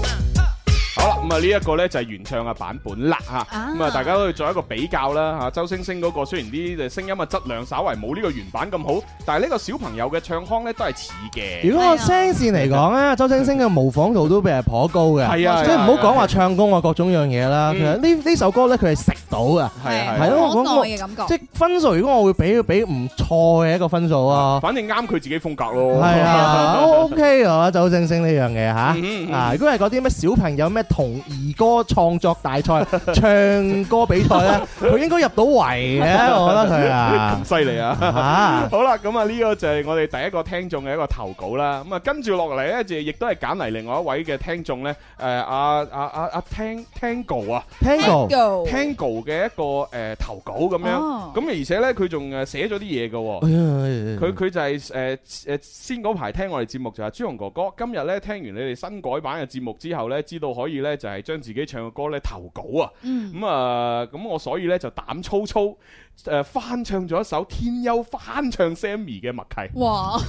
S2: 好啦，咁啊呢一個呢就係原唱嘅版本啦吓。咁啊大家都去做一個比較啦吓。周星星嗰個雖然啲聲音嘅質量稍為冇呢個原版咁好，但係呢個小朋友嘅唱腔呢都係似嘅。
S4: 如果個聲線嚟講 咧，周星星嘅模仿度都比人頗高嘅。
S2: 係啊
S4: 即係唔好講話
S2: 係啊
S4: 唱功啊，各種樣嘢啦。
S2: 嗯
S4: 其實呢呢首歌咧，佢係食到啊。
S2: 係啊
S4: 係
S2: 係
S4: 咯
S2: 啊。
S4: 我
S5: 可
S4: 講
S5: 愛嘅感
S4: 即
S5: 覺。
S4: 係分數，如果我會俾俾唔錯嘅一個分數啊。
S2: 反正啱佢自己風格咯。
S4: 係啊，OK 啊，周星星呢樣嘢
S2: 嗯嗯
S4: 吓
S2: 嗯
S4: 啊！如果係嗰啲咩小朋友咩童兒歌創作大 賽、唱歌比賽咧，佢應該入到圍嘅，我覺得佢啊
S2: 咁犀利啊！
S4: 啊
S2: 好啦，咁啊呢個就係我哋第一個聽眾嘅一個投稿啦。咁啊跟住落嚟呢，就亦都係揀嚟另外一位嘅聽眾呢。誒阿阿阿阿 Tang Tango 啊。
S4: ，Tango。
S5: Tango
S2: Tango 嘅一個誒、呃投稿咁樣，咁、
S5: 哦
S2: 而且咧佢仲誒寫咗啲嘢嘅喎。佢
S4: 佢
S2: 佢就係誒誒先嗰排聽我哋節目就係朱紅哥哥，今日咧聽完你哋新改版嘅節目之後咧，知道可以咧就係將自己唱嘅歌咧投稿啊，
S5: 嗯，
S2: 咁啊咁我所以咧就膽粗粗誒翻唱咗一首天優翻唱 Sammy 嘅默契，
S5: 哇，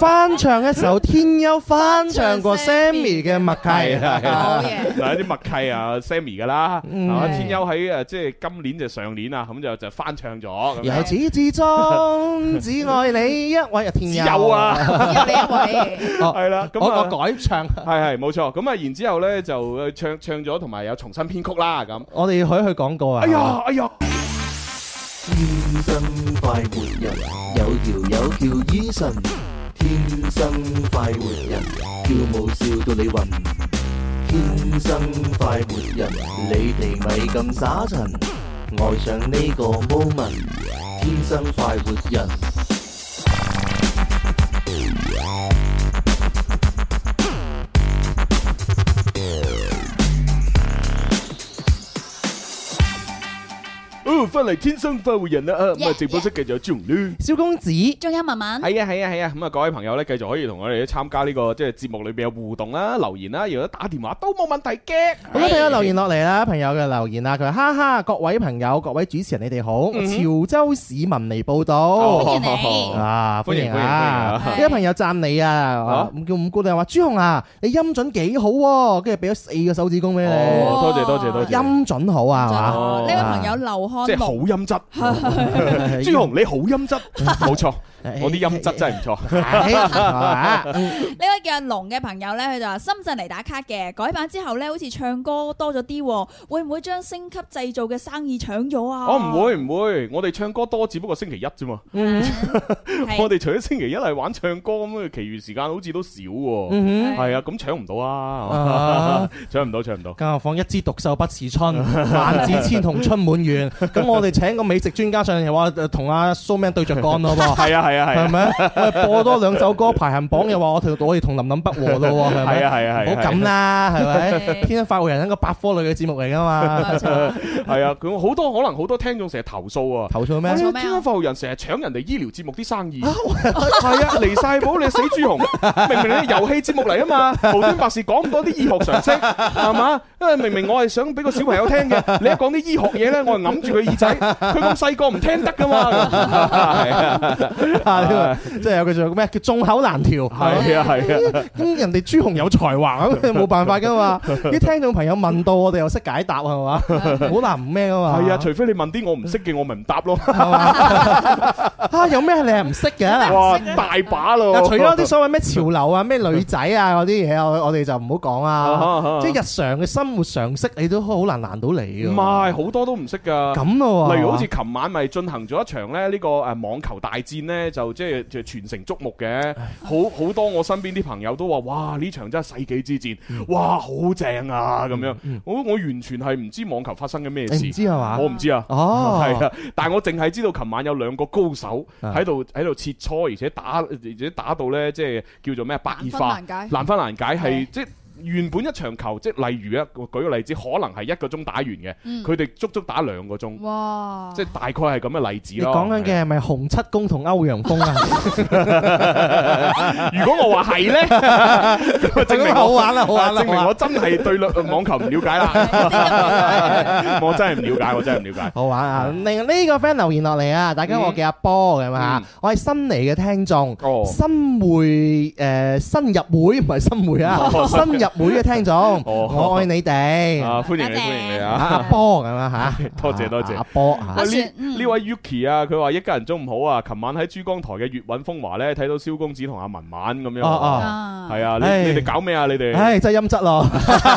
S4: 翻唱一首《天優》，翻唱過 Sammy 嘅默契，
S2: 係啊
S5: 好嘢，
S2: 嗱啲默契啊 Sammy 噶啦，
S4: 嗯
S2: 啊天優喺誒即係今年就上年啊，咁就就翻唱咗咁樣
S4: 由始至終只愛你一位啊，天
S2: 只
S4: 優
S2: 有啊，
S5: 有你一位，
S4: 哦
S2: 係啦，咁
S4: 我
S2: 啊
S4: 我改唱，
S2: 係係冇錯，咁啊然之後咧就呃唱唱咗，同埋有重新編曲啦咁。
S4: 我哋可以去廣告啊。
S2: 哎呀哎呀，
S13: 天生快活人，有條友叫 Eason，天生快活人，跳舞笑到你暈。天生快活人，你哋咪咁耍塵，愛上呢個 moment，天生快活人。
S2: 哦翻嚟天生快活人啦，啊咁啊直播室繼續有朱紅咧。
S4: 蕭公子，
S5: 仲有文文，
S2: 係啊係啊係啊，咁啊各位朋友咧繼續可以同我哋參加呢個即係節目裏邊嘅互動啦、留言啦，如果打電話都冇問題嘅。
S4: 好多朋友啊留言落嚟啦，朋友嘅留言啦，啊佢話哈哈，各位朋友，各位主持人，你哋好，我
S2: 嗯
S4: 潮州市民嚟報
S2: 哦
S4: 道。
S5: 歡迎你
S4: 啊，
S2: 歡
S4: 歡
S2: 迎
S4: 迎
S2: 歡迎哦
S4: 啊！
S5: 歡迎
S4: 呢個朋友讚你啊，咁叫五姑娘話朱紅啊，你音準幾好喎，跟住俾咗四個手指公俾你。
S2: 哦，多謝多謝多謝，
S4: 音準好啊，係嘛？
S5: 呢位朋友劉
S2: 即係
S5: 漢
S2: 好
S5: 龍，
S2: 啊音質。朱紅你好音質，冇錯，我啲音質真係唔錯。
S5: 呢位叫阿龍嘅朋友呢，佢就話深圳嚟打卡嘅，改版之後呢，好似唱歌多咗啲喎，會唔會將升級製造嘅生意搶咗啊？
S2: 我哦唔會唔會，我哋唱歌多，只不過星期一啫嘛。
S5: 嗯
S2: 我哋除咗星期一係玩唱歌咁，啊其餘時間好似都少喎。係啊，咁搶唔到啊
S4: 啊，
S2: 搶唔到，搶唔到。
S4: 更何況一枝獨秀不是春，萬紫千紅春滿 園。咁我哋請個美食專家上嚟話，呃同阿蘇 man 對着幹咯喎。
S2: 係啊，係啊，係
S4: 係
S2: 啊，
S4: 咪？我哋播多兩首歌排行榜嘅話，我哋我哋同林林不和咯 喎，係咪？
S2: 係啊，係啊，係啊。
S4: 唔好咁啦，係 咪？
S5: 係
S4: 天生發育人係一個百科類嘅節目嚟噶嘛，
S2: 係啊，佢好多可能好多聽眾成日投訴啊。
S4: 投訴咩
S2: 哎？
S5: 咩
S2: 呀
S5: 啊
S2: 天生發育人成日搶人哋醫療節目啲生意，係啊，離晒譜你死豬紅， 明明你係遊戲節目嚟啊嘛，無端白事講咁多啲醫學常識，係嘛？因為明明我係想俾個小朋友聽 嘅，你一講啲醫學嘢咧，我係揞住佢耳仔，佢咁細個唔聽得噶 嘛，係啊，
S4: 啊呢個即係有句叫咩叫眾口難調。
S2: 係啊，係啊，
S4: 咁人哋朱紅有才 華，咁你冇辦法噶嘛？啲聽眾朋友問到我哋又識解答 係嘛？好難唔咩噶嘛？
S2: 係啊，除非你問啲我唔識嘅，我咪唔答咯。
S4: 係嘛？ 啊，有咩你係唔識嘅？嗱
S2: 哇，大把咯，
S4: 啊除咗啲所謂咩潮流啊、咩女仔啊嗰啲嘢，我我哋就唔 好講啦。即係日常嘅生活常識，你都好難難到你嘅。
S2: 唔係好多都唔識㗎。
S4: 啊咁咯喎，
S2: 例如好似琴晚咪進行咗一場咧呢個誒網球大戰呢，就即係即係全城矚目嘅，好好多我身邊啲朋友都話：哇！呢場真係世紀之戰，
S4: 嗯
S2: 哇！好正啊咁樣。我我完全係唔知網球發生緊咩
S4: 你唔
S2: 事，
S4: 嗯知係嘛？
S2: 我唔知啊。
S4: 哦，
S2: 係啊，但係我淨係知道琴晚有兩個高手
S4: 啊
S2: 喺度喺度切磋，而且打而且打到呢，即係叫做咩白熱化。
S5: 難分難解
S2: 難分難解係
S5: 係
S2: 即係原本一場球，即係例如啊，我舉個例子，可能係一個鐘打完嘅，
S4: 嗯
S2: 佢哋足足打兩個鐘，
S5: 哇！
S2: 即係大概係咁嘅例子
S4: 你
S2: 咯。
S4: 講緊嘅係咪洪七公同歐陽 鋒啊？
S2: 係， 如果我話係 咧，咁啊證明
S4: 咁
S2: 我啊
S4: 好玩啦，好玩啦，
S2: 證
S4: 好
S2: 明
S4: 玩
S2: 我真係對網球唔了解 啦。我真係唔了解，我真係唔了解。
S4: 好玩啊！另呢個 friend 留言落嚟啊，大家好我叫阿波咁啊
S2: 嗯，
S4: 我係新嚟嘅聽眾，
S2: 哦
S4: 新會誒新入會唔係新會 啊，
S2: 哦
S4: 新入會嘅聽眾，
S2: 哦
S4: 我愛你哋，
S2: 啊，歡迎你，歡迎你
S4: 啊
S2: 啊！
S4: 阿波咁啊嚇，
S2: 多謝多謝
S4: 啊阿波啊
S5: 阿
S2: 喂
S5: 雪
S2: 呢呢位 Yuki 啊，佢話一家人中午好啊！琴晚喺珠江台嘅粵韻風華咧，睇到蕭公子同阿文文咁樣。
S4: 哦
S5: 啊，
S2: 係啊，
S4: 唉
S2: 你你哋搞咩啊？你哋
S4: 唉，真係陰質 咯，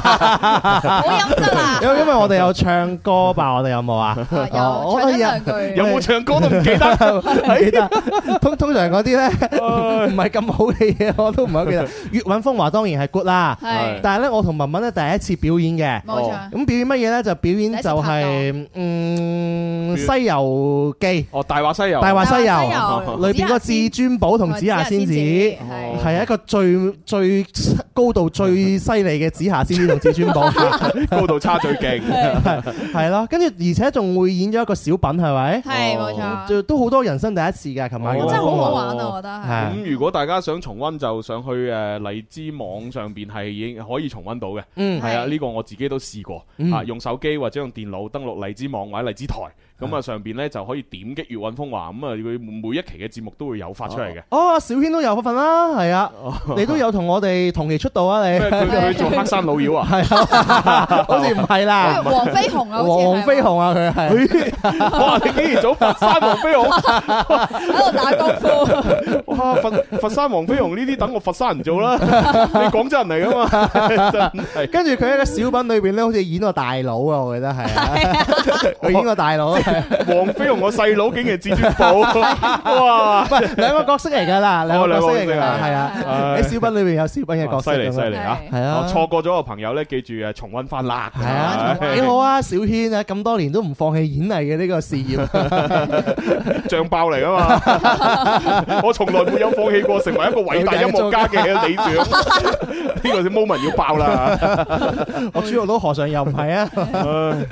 S5: 好陰質啊！
S4: 因因為我哋有唱歌吧，我哋有冇 啊？
S5: 啊
S4: 哦
S5: 又唱一兩句，
S2: 有冇唱歌都唔記得。
S4: 唔記得，通通常嗰啲咧 唔係咁好嘅嘢，我都唔係好記得。粵韻風華當然係 good 啦，
S5: 係
S4: 但係咧我同文文咧第一次表演嘅。
S5: 冇
S2: 哦
S5: 錯。
S4: 咁表演乜嘢咧？就表演就
S5: 第
S4: 係、嗯《
S2: 表
S4: 西遊記》
S2: 哦，大話西遊。
S4: 大話西遊
S5: 大話 西遊
S4: 裏邊嗰個至尊寶同紫霞仙子，
S5: 係
S2: 哦
S4: 係一個最最高度最犀利嘅紫霞仙子同至尊 寶，
S2: 高度差最勁。
S4: 係咯。跟住而且仲會演咗一個小品，係咪？
S5: 係冇錯，
S4: 就都好多人生第一次㗎，琴晚
S2: 哦
S5: 真係好好玩啊！
S2: 哦
S5: 我覺得係。
S4: 係
S2: 咁如果大家想重温，就上去誒荔枝網上邊係已經可以重温到嘅。
S4: 嗯
S2: 係啊，
S5: 係
S2: 呢個我自己都試過
S4: 嗯
S2: 啊，用手機或者用電腦登錄荔枝網或者荔枝台，咁啊上邊呢就可以點擊粵韻風華，咁啊佢每一期嘅節目都會有發出嚟嘅。哦
S4: 哦，小軒都有份啦，係啊，你都有同我哋同期出道啊，你
S2: 咩佢佢做黑山老妖啊？
S4: 好似唔係
S5: 因為
S4: 啦，
S5: 黃飛鴻啊，好似係
S4: 黃飛鴻啊，佢係。
S2: 哇！你竟然做佛山黃飛鴻？
S5: 喺度打功夫，
S2: 哇！佛佛山黃飛鴻呢啲等我佛山人做 啦，你廣州人嚟噶嘛？真係。
S4: 跟住佢喺個小品裏邊咧，好似演個大佬啊，我記得 係啊，佢演個大佬，啊唔
S2: 黃飛鴻我細佬竟然係至尊 寶，哇！
S4: 係 兩個角色嚟㗎啦，
S2: 哦
S4: 兩個角色嚟㗎啦，係啊，
S2: 唉
S4: 喺小品裏邊有小品嘅角色
S2: 犀
S4: 咁
S2: 利
S4: 樣，
S2: 犀利啊！
S4: 係啊
S2: 我，錯過咗嘅朋友咧，記住誒重温翻啦。
S4: 係啊，幾 好啊，小軒啊，咁多年都唔放棄演藝嘅呢個事業，
S2: 醬爆嚟噶嘛！我從來沒有放棄過成為一個偉大音樂家嘅 理想。呢個 moment 要爆啦！
S4: 我豬肉佬何嘗又唔係啊？嗯
S2: 唉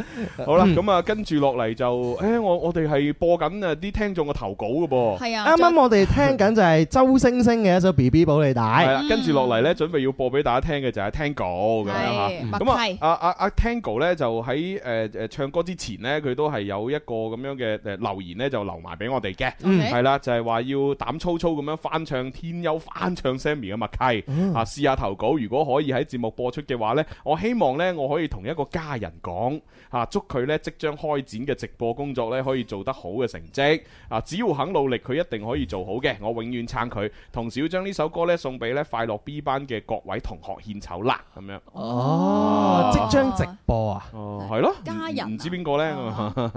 S2: 好啦，咁啊，跟住落嚟就誒，我我哋係播緊啊啲聽眾嘅投稿嘅噃。
S5: 係啊，
S4: 啱啱我哋聽緊就係周星星嘅一首 B B 保利
S2: 係
S4: 帶，
S2: 啦，跟住落嚟咧，準備要播俾大家聽嘅就係 Tango 咁樣嚇。
S4: 嗯
S5: 係
S2: 咁
S5: 默
S2: 啊
S5: 契，
S2: 阿阿阿 Tango 咧就喺誒誒唱歌之前咧，佢都係有一個咁樣嘅誒留言咧，就留埋俾我哋嘅。
S5: 嗯
S2: 係啦，就係話
S5: 嗯
S2: 要膽粗粗咁樣翻唱天優翻唱 Sammy 嘅默契啊，試下投稿，如果可以喺節目播出嘅話呢，我希望呢，我可以同一個家人講嚇，祝佢呢即將開展嘅直播工作呢，可以做得好嘅成績啊！只要肯努力，佢一定可以做好嘅，我永遠撐佢。同時要將呢首歌呢送俾呢快樂 B 班嘅各位同學獻醜啦，咁樣
S4: 哦，即將直播啊！
S2: 啊哦，係咯，
S5: 家
S2: 唔
S5: 人啊
S2: 唔知邊個呢？啊，咁啊，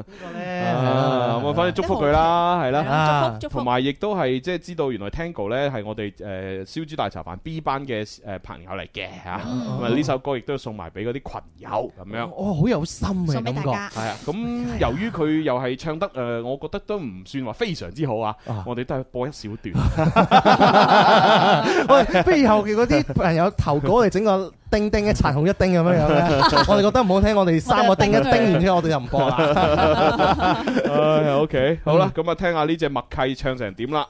S4: 咧
S2: 反正祝福佢啦，係啦。
S5: 啊，祝福祝
S2: 同
S5: 福，
S2: 埋亦都係即係知道原來 Tango 咧係我哋誒燒豬大茶飯 B 班嘅誒朋友嚟嘅嚇，
S5: 嗯
S2: 咁啊呢首歌亦都送埋俾嗰啲群友咁樣。
S4: 哦，好有心嘅
S5: 送俾
S4: 感
S5: 大
S4: 覺。
S5: 家。
S2: 係啊，咁由於佢又係唱得誒、呃我覺得都唔算話非常之好啊，
S4: 啊
S2: 我哋都係播一小 段。
S4: 喂，不如以後嘅嗰啲朋友投稿嚟整個叮叮嘅殘酷一叮咁樣 樣咧，我哋覺得唔好聽，我哋三個叮一叮，然之後我哋就唔 播啦。啊
S2: 唉，OK，好啦，咁啊聽下呢只默契唱成點啦。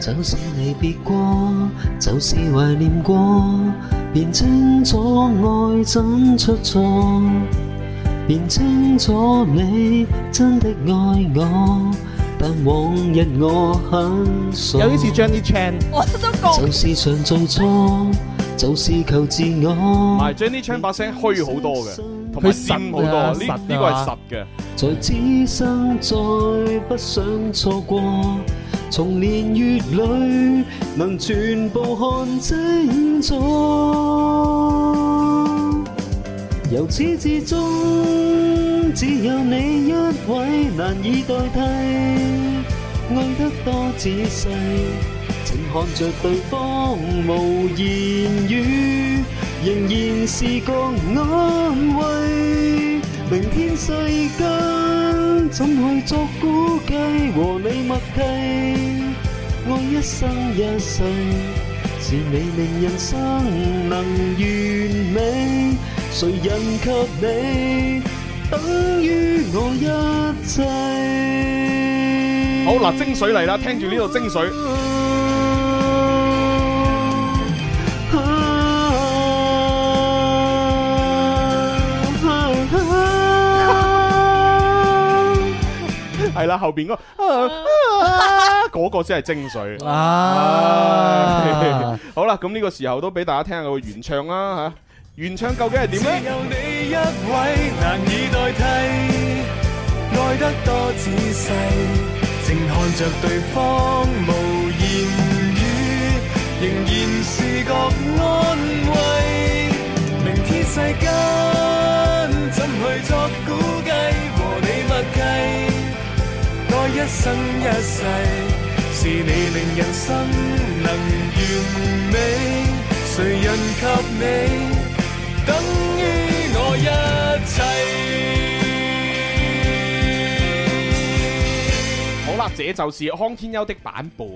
S14: 就是離別過，就是懷念過，便清楚愛怎出錯，便清楚你真的愛我，但往日我很傻。
S4: 有啲似 Johnny Chan，
S5: 我都覺
S14: 就是常做錯，就是求自
S2: 唔
S14: 我
S2: 係。Jenny Chan 把聲虛好多嘅，同埋
S4: 佢實
S2: 尖好多，
S4: 啊
S2: 呢
S4: 實啊
S2: 呢個係實嘅。
S14: 在此生再不想錯過，從年月裏能全部看清楚。由始至終，只有你一位難以代替，愛得多仔細，請看着對方無言語，仍然是個安慰。明天世間怎去作估計？和你默契，愛一生一世，是你令人生能完美。誰人及你，等於我一切。
S2: 好嗱，精髓嚟啦，聽住呢度精髓。系啦，後边嗰個啊啊嗰個先係精髓。
S4: 啊，
S2: 好啦，咁呢個時候都俾大家聽下個原唱啦吓，原唱究竟係點
S14: 只有
S2: 呢？
S14: 你一位難以代替，愛得多仔細，靜看着對方無言語，仍然是個安慰。明天世間怎去作估計？和你默契，愛一生一世，是你令人生能完美，誰人及你？等於我一切。
S2: 好啦，這就是康天庥的版本。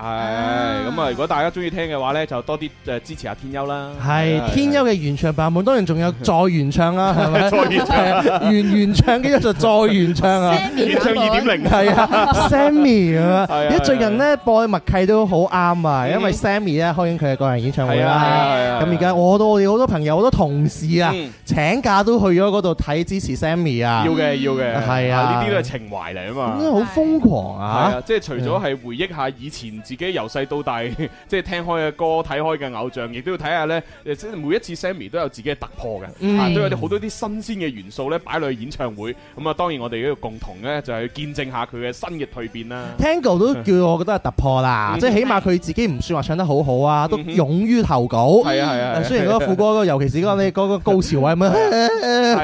S2: 唉，咁啊，如果大家中意聽嘅話呢，就多啲誒支持下天庥啦。
S4: 係天優嘅原唱版本，當然仲有再原唱啦，係咪？
S2: 再原唱
S4: 係啊原原唱嘅就再原唱啊！
S2: 原唱二點零。
S4: 係啊，Sammy 咁啊，
S2: 係啊
S4: 而家最近咧播默契都好啱啊，
S2: 嗯
S4: 因為 Sammy 咧開緊佢嘅個人演唱會
S2: 係啊係啊係啊
S4: 啦，咁而家我都我哋好多朋友好多同事啊
S2: 嗯，
S4: 請假都去咗嗰度睇支持 Sammy 啊
S2: 要，嘅要嘅，
S4: 係啊
S2: 呢啲都係情懷嚟啊嘛。
S4: 咁好瘋狂
S2: 係
S4: 啊！
S2: 啊，即係除咗係回憶下以前自己由細到大 即係聽開嘅歌、睇開嘅偶像，亦都要睇下呢。誒即係每一次 Sammy 都有自己嘅突破嘅，
S4: 嗯
S2: 啊都有啲好多啲新鮮嘅元素咧擺落去演唱會。咁啊，當然我哋呢度共同呢，就係見證下佢嘅新嘅蜕變啦。
S4: Tango 都叫我覺得係突破啦
S2: 嗯，
S4: 即係起碼佢自己唔算話唱得好好啊，都
S2: 嗯哼
S4: 勇於投稿。
S2: 係啊係啊係啊
S4: 雖然嗰個副歌嗰個，尤其是嗰個你嗰個高 潮位咁
S2: 係
S4: 樣，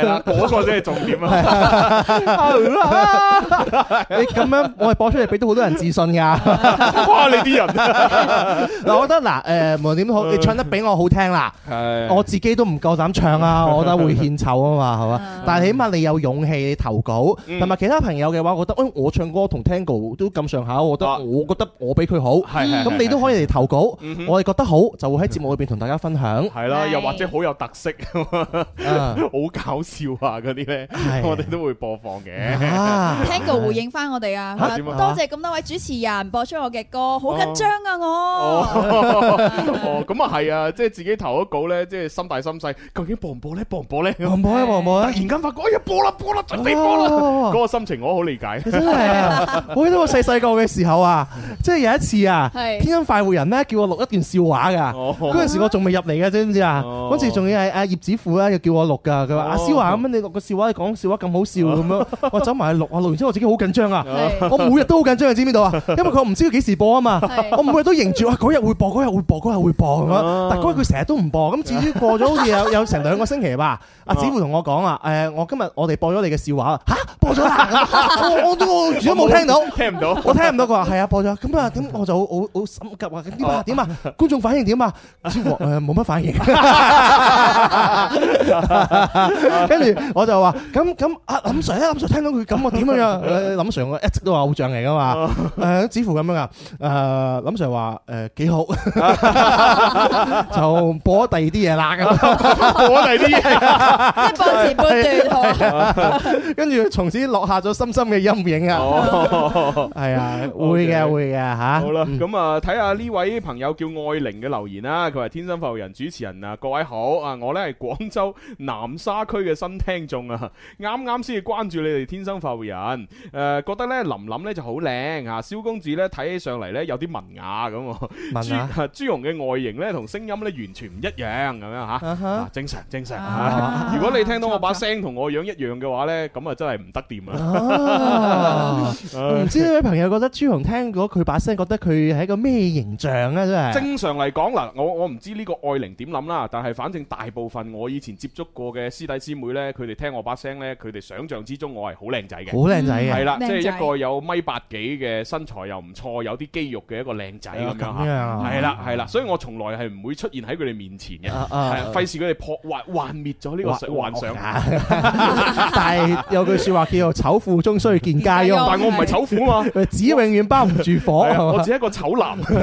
S2: 啦，嗰個先係重點啊！
S4: 你咁樣我係播出嚟俾到好多人自信㗎。
S2: 哇，你啲人
S4: 嗱，我覺得嗱，誒無論點都好，你唱得比我好聽啦，
S2: 嗯係
S4: 我自己都唔夠膽唱 啊，我覺得會獻醜啊嘛，係嘛？但係起碼你有勇氣你投稿，
S2: 嗯
S4: 同埋其他朋友嘅話，我覺得，誒我唱歌同 Tango 都咁上下，我覺
S2: 啊
S4: 得我覺得我比佢好，
S2: 係係
S4: 咁你都可以嚟投稿
S2: 嗯哼，
S4: 我哋覺得好就會喺節目裏邊同大家分享。
S2: 係啦，
S5: 係
S2: 又或者好有特色，好
S4: 啊
S2: 搞笑啊嗰啲呢，
S4: 係
S2: 我哋都會播放嘅。
S4: 啊
S5: 聽 Tango 回應翻我哋啊，
S2: 嚇
S5: 佢
S2: 點啊
S5: 話多謝咁多位主持人播出我嘅歌，好緊張啊我。
S2: 哦，咁啊係啊，即係自己投咗稿咧，即係心大心細，究竟播唔播咧？播唔播咧？
S4: 黃寶啊，黃寶
S2: 突
S4: 啊
S2: 然，間發覺，哎呀，播啦播啦，準備播啦，
S4: 哦
S2: 嗰個心情我好理解。
S4: 真係 啊！ 我記得我細細個嘅時候啊，即係有一次啊，
S5: 係
S4: 天生快活人咧叫我錄一段笑話㗎。嗰
S2: 哦，
S4: 陣時我仲未入嚟嘅，知唔知啊？
S2: 哦
S4: 嗰陣時仲要係阿葉子富咧，又叫我錄噶。佢話：
S2: 哦
S4: 阿蕭華咁樣，你錄個笑話，你講 笑話咁好笑咁樣。我走埋去錄，我錄完之後我自己好緊張啊！
S5: 係
S4: 我每日都好緊張，你知唔知道啊？因為佢唔知佢幾時播啊嘛
S5: 係。
S4: 我每日都迎住，哇！啊嗰日會播，嗰日會播，嗰日會播咁
S2: 哦
S4: 樣。但嗰日佢成日都唔播。咁至於過咗好似 有有成兩個星期吧，阿
S2: 哦
S4: 子富同我講啊，誒，我今日我哋播咗你嘅笑話啊啦，嚇播咗 啦！咁我我都我完全都冇聽到。
S2: 聽唔到。
S4: 我聽唔到佢話係啊播咗，咁啊點我就好好好心急啊點
S2: 哦
S4: 啊點啊觀眾反應點啊？朱 華誒冇乜反應， 跟住我就話咁咁
S7: à,
S4: 啊林 Sir 咧，林 Sir 聽到佢咁我點 樣樣？ 誒啊林 Sir 我一直都話偶像嚟噶
S2: 哦
S4: 嘛，誒似乎咁樣啊誒林 Sir 話誒 幾好，就播第二啲嘢啦咁。
S2: 我哋啲嘢，
S5: 即係播前半段好啊，
S4: 跟住從此落下咗深深嘅陰影啊，
S2: 哦，
S4: 係啊 會嘅
S2: OK
S4: 會嘅嚇
S2: 好。啦，咁啊，睇下呢位朋友叫愛玲嘅留言啦，佢話天生浮人主持人啊，各位好啊，我呢係廣州南沙區嘅新聽眾啊， 啱啱先至關注你哋天生浮人，誒、覺得呢琳琳呢就好靚啊，蕭公子呢睇起上嚟呢有啲文雅咁喎，
S4: 問
S2: 朱
S4: 下。
S2: 啊朱紅嘅外形呢同聲音呢完全唔一樣咁樣吓。
S4: 啊哈
S2: 啊正常正常。
S4: 啊
S2: 如果你聽到我把聲同我樣一樣嘅話呢，咁啊真係唔得掂啊！
S4: 啊！唔知呢位朋友覺得朱紅聽過佢把聲，覺得佢係一個咩形象啊咧？真係
S2: 正常嚟講嗱，我我唔知呢個愛玲點諗啦，但係反正大部分我以前接觸過嘅師弟師妹呢，佢哋聽我把聲呢，佢哋想象之中我係好靚仔嘅。
S4: 好靚仔
S2: 係
S4: 嘅，
S2: 啦，即
S5: 靚
S2: 係
S5: 仔
S2: 一個有米八幾嘅身材又唔錯，有啲肌肉嘅一個靚仔咁樣
S4: 咁樣
S2: 嚇。
S4: 啊
S2: 係啦係啦，所以我從來係唔會出現喺佢哋面前嘅，係
S4: 啊啊
S2: 啊費事佢哋破幻幻滅咗呢個幻想。
S4: 但係有句説話叫做醜婦終須見家
S5: 家
S4: 翁
S5: 翁，
S2: 但我唔係醜婦啊嘛，
S4: 紙永遠包唔住火，
S2: 係啊
S4: 係
S2: 我
S4: 嘛
S2: 只係一個醜男。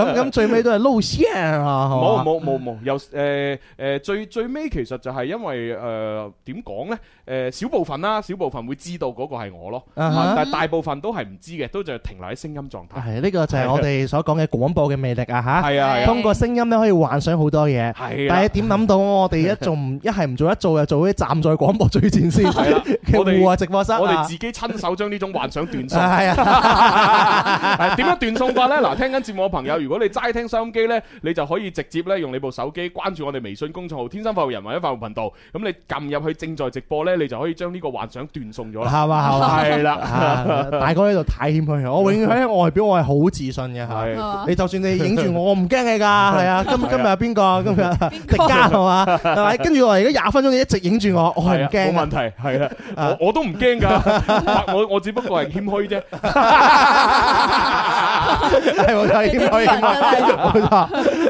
S4: 咁咁最尾都係露線啊！係
S2: 冇
S4: 嘛
S2: 冇冇冇，又誒誒最最尾其實就係因為誒點講呢？誒、呃小部分啦，小部分會知道嗰個係我咯，
S4: 啊哈
S2: 但係大部分都係唔知嘅，都就係停留喺聲音狀 態。
S4: 係呢個就係我哋所講嘅廣播嘅魅力啊！嚇，
S2: 係啊係啊
S4: 通過聲音咧可以幻想好多嘢。
S2: 係啊
S4: 但係
S2: 啦。
S4: 點諗到我哋一做唔一係唔做一做又做啲站在廣播最前線
S2: 係啦
S4: 嘅
S2: 我哋
S4: 戶外直播室啊
S2: 我哋自己親手將呢種幻想斷送，
S4: 啊係啊。
S2: 係 點樣斷送法呢？嗱，聽緊節目嘅朋友，如果你齋聽收音機呢，你就可以直接呢用你部手機關注我哋微信公眾號「天生發育人」或者發育頻道，咁你撳入去正在直播呢，你就可以將呢個幻想斷送咗啦。
S4: 係嘛係嘛，
S2: 係啦
S4: 啊大哥呢度太謙虛啦，啊我永遠喺外表我係好自信嘅嚇。
S2: 係
S4: 你就算你影住我，我唔驚你 㗎，係啊！今今日係邊個？今日迪嘉係嘛？係咪？跟住我而家廿分鐘，你一直影住我，我
S2: 係啊，
S4: 係唔
S2: 冇
S4: 驚㗎
S2: 問。題，係啦，
S4: 啊
S2: 我我都唔驚㗎， 我我只不過係謙虛啫。
S4: 係冇錯，謙虛謙虛，冇錯，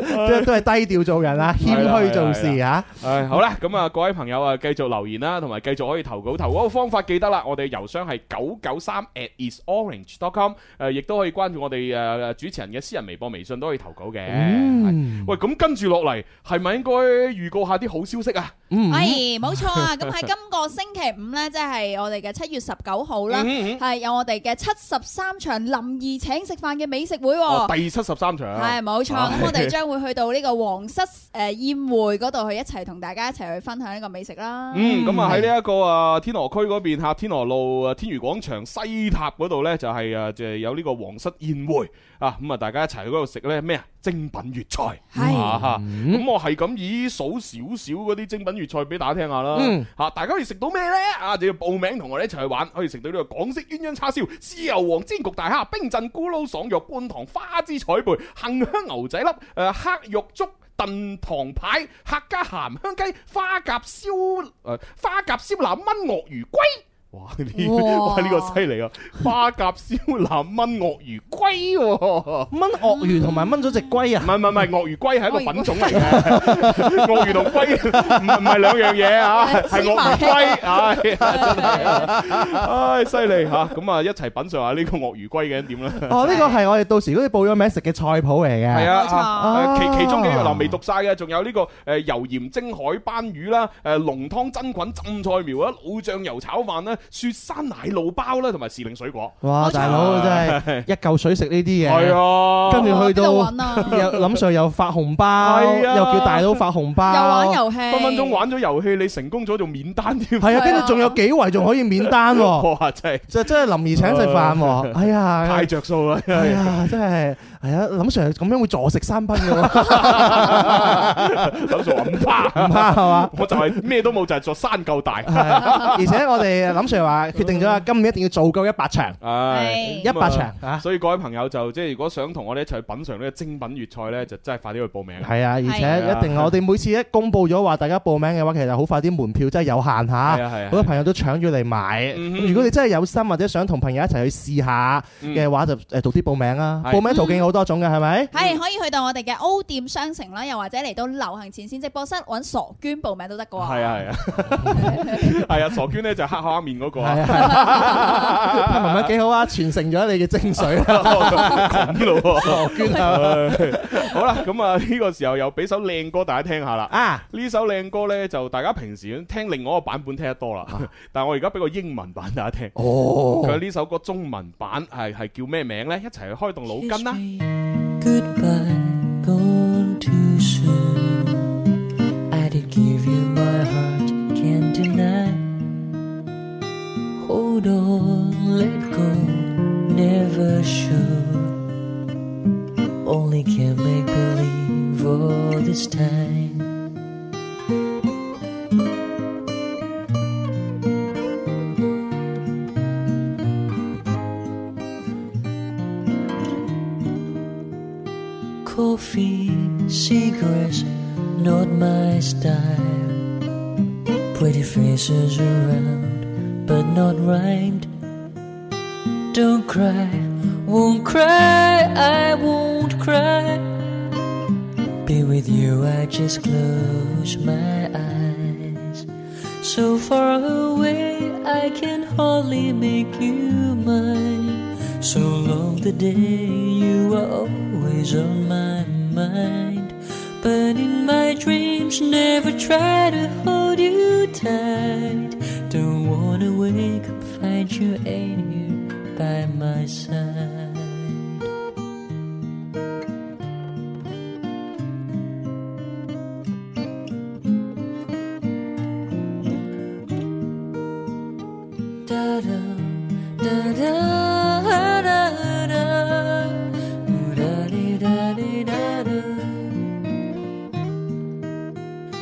S4: 即係都係低調做人啊，謙虛做事啊。
S2: 唉，好啦，咁啊，各位朋友啊，繼續留言啦，同埋繼續可以投稿，投稿嘅方法記得啦，我哋郵箱係九九三 at isorange.com，誒，亦都可以關注我哋誒主持人嘅私人微博、微信都可以投稿嘅。係
S4: 嗯，
S2: 喂，咁跟住落嚟，係咪應該預告下啲好消息啊？
S4: 嗯
S5: 哎，冇錯啊！咁喺今個星期五咧，即係我哋嘅七月十九號啦，
S2: 嗯嗯嗯
S5: 係有我哋嘅七十三場林兒請食飯嘅美食會
S2: 哦
S5: 喎。
S2: 第七十三場，
S5: 係冇錯，
S2: 啊
S5: 咁我哋將會去到呢個皇室誒宴會嗰度去一齊同大家一齊去分享呢個美食啦。
S2: 嗯，咁啊喺呢一個啊天河區嗰邊嚇，天河路啊天娛廣場西塔嗰度呢，就係啊就係有呢個皇室宴會啊，咁啊大家一齊去嗰度食呢咩啊精品粵菜，
S5: 係
S2: 啊哈咁我係咁以數少少嗰啲精品粵菜俾大家聽下啦
S4: 嗯，
S2: 嚇大家可以食到咩呢？啊就要報名同我哋一齊去玩，可以食到呢個港式鴛鴦叉燒、豉油王煎焗大蝦、冰鎮咕嚕爽肉、灌糖花枝彩貝、杏香牛仔粒、誒黑肉粥。燉糖排、客家鹹香雞、花甲燒誒、呃花甲燒腩炆鱷魚龜。 哇！呢
S5: 哇
S2: 哇呢個犀利啊！花甲燒腩炆鱷魚龜喎、
S4: 掹鱷魚同埋掹咗隻
S2: 唔
S4: 龜啊！
S2: 係唔係唔係，鱷魚龜係一個品種嚟嘅， 鱷魚同龜唔係唔係兩樣嘢啊，係鱷魚龜， 唉，真係啊，唉，犀利嚇！咁啊，一齊品嚐下呢個鱷魚龜嘅點啦。
S4: 哦，呢個係我哋到時嗰啲報咗名食嘅菜譜嚟嘅。
S2: 係
S5: 冇錯
S2: 啊，誒其其中幾樣
S4: 啊
S2: 嗱未讀晒嘅，仲有呢個誒啊油鹽蒸海斑魚啦，誒濃湯真菌浸菜苗啦，老醬油炒飯啦，雪山奶酪包啦，同埋時令水果。
S4: 哇，
S5: 冇錯
S4: 大佬真係一嚿水食呢啲嘢，
S2: 係啊，
S4: 跟住去到
S5: 邊度搵啊
S4: 又林 Sir 又發紅包，
S2: 係啊
S4: 又叫大佬發紅包，
S5: 又玩遊戲，
S2: 分分鐘玩咗遊戲，你成功咗就免單 添。
S4: 係啊，跟住仲有幾圍仲可以免單喎，
S2: 哇！真係
S4: 就真係林兒請食飯喎，哎呀，
S2: 太着數啦。
S4: 哎呀，真係係啊，林 Sir 咁樣會坐食三賓嘅 喎，
S2: 諗住話唔怕，
S4: 唔怕係嘛？
S2: 我就係咩都冇，就係座山夠大。
S4: 係 而且我哋林 Sir 話決定咗啊，今年一定要做夠一百場，
S2: 唉，
S4: 一百場啊！
S2: 所以各位朋友就即係如果想同我哋一齊去品嚐呢個精品粵菜呢，就真係快啲去報名。
S4: 係啊，而且一定我哋每次一公佈咗話大家報名嘅話，其實好快啲門票真係有限嚇
S2: 係。啊係啊
S4: 好多朋友都搶住嚟買。
S2: 嗯
S4: 咁如果你真係有心或者想同朋友一齊去試下嘅話，就誒早啲報名啦。
S2: 係
S4: 報名途徑好多種嘅，係咪？
S5: 係可以去到我哋嘅 O 店商城啦，又或者嚟到流行前線直播室揾傻娟報名都得 噶喎。
S2: 係啊係啊，係啊！傻娟呢就黑口黑面嗰個啊
S4: 係， 啊，文文幾好啊，傳承咗你嘅精 髓。
S2: 咁咯喎。
S4: 傻娟啊，
S2: 好啦，咁啊呢個時候又俾首靚歌大家聽下啦。
S4: 啊，
S2: 呢首靚歌呢，就大家平時聽另外一個版本聽得多啦， 但係我而家俾個英文版大家聽。
S4: 啊哦
S2: 佢呢首歌中文版係係叫咩名呢？一齊去開動腦筋啦！
S1: Goodbye, gone too soon. I did give you my heart, can't deny. Hold on, let go, never should. Only can make believe all this time. Coffee, cigarettes, not my style. Pretty faces around, but not rhymed. Don't cry, won't cry, I won't cry. Be with you, I just close my eyes. So far away, I can hardly make you mine. So long the day you are always on my mind. But in my dreams, never try to hold you tight. Don't wanna wake up, find you ain't here by my side. da da da da da da Ooh, da dee, da dee, da da.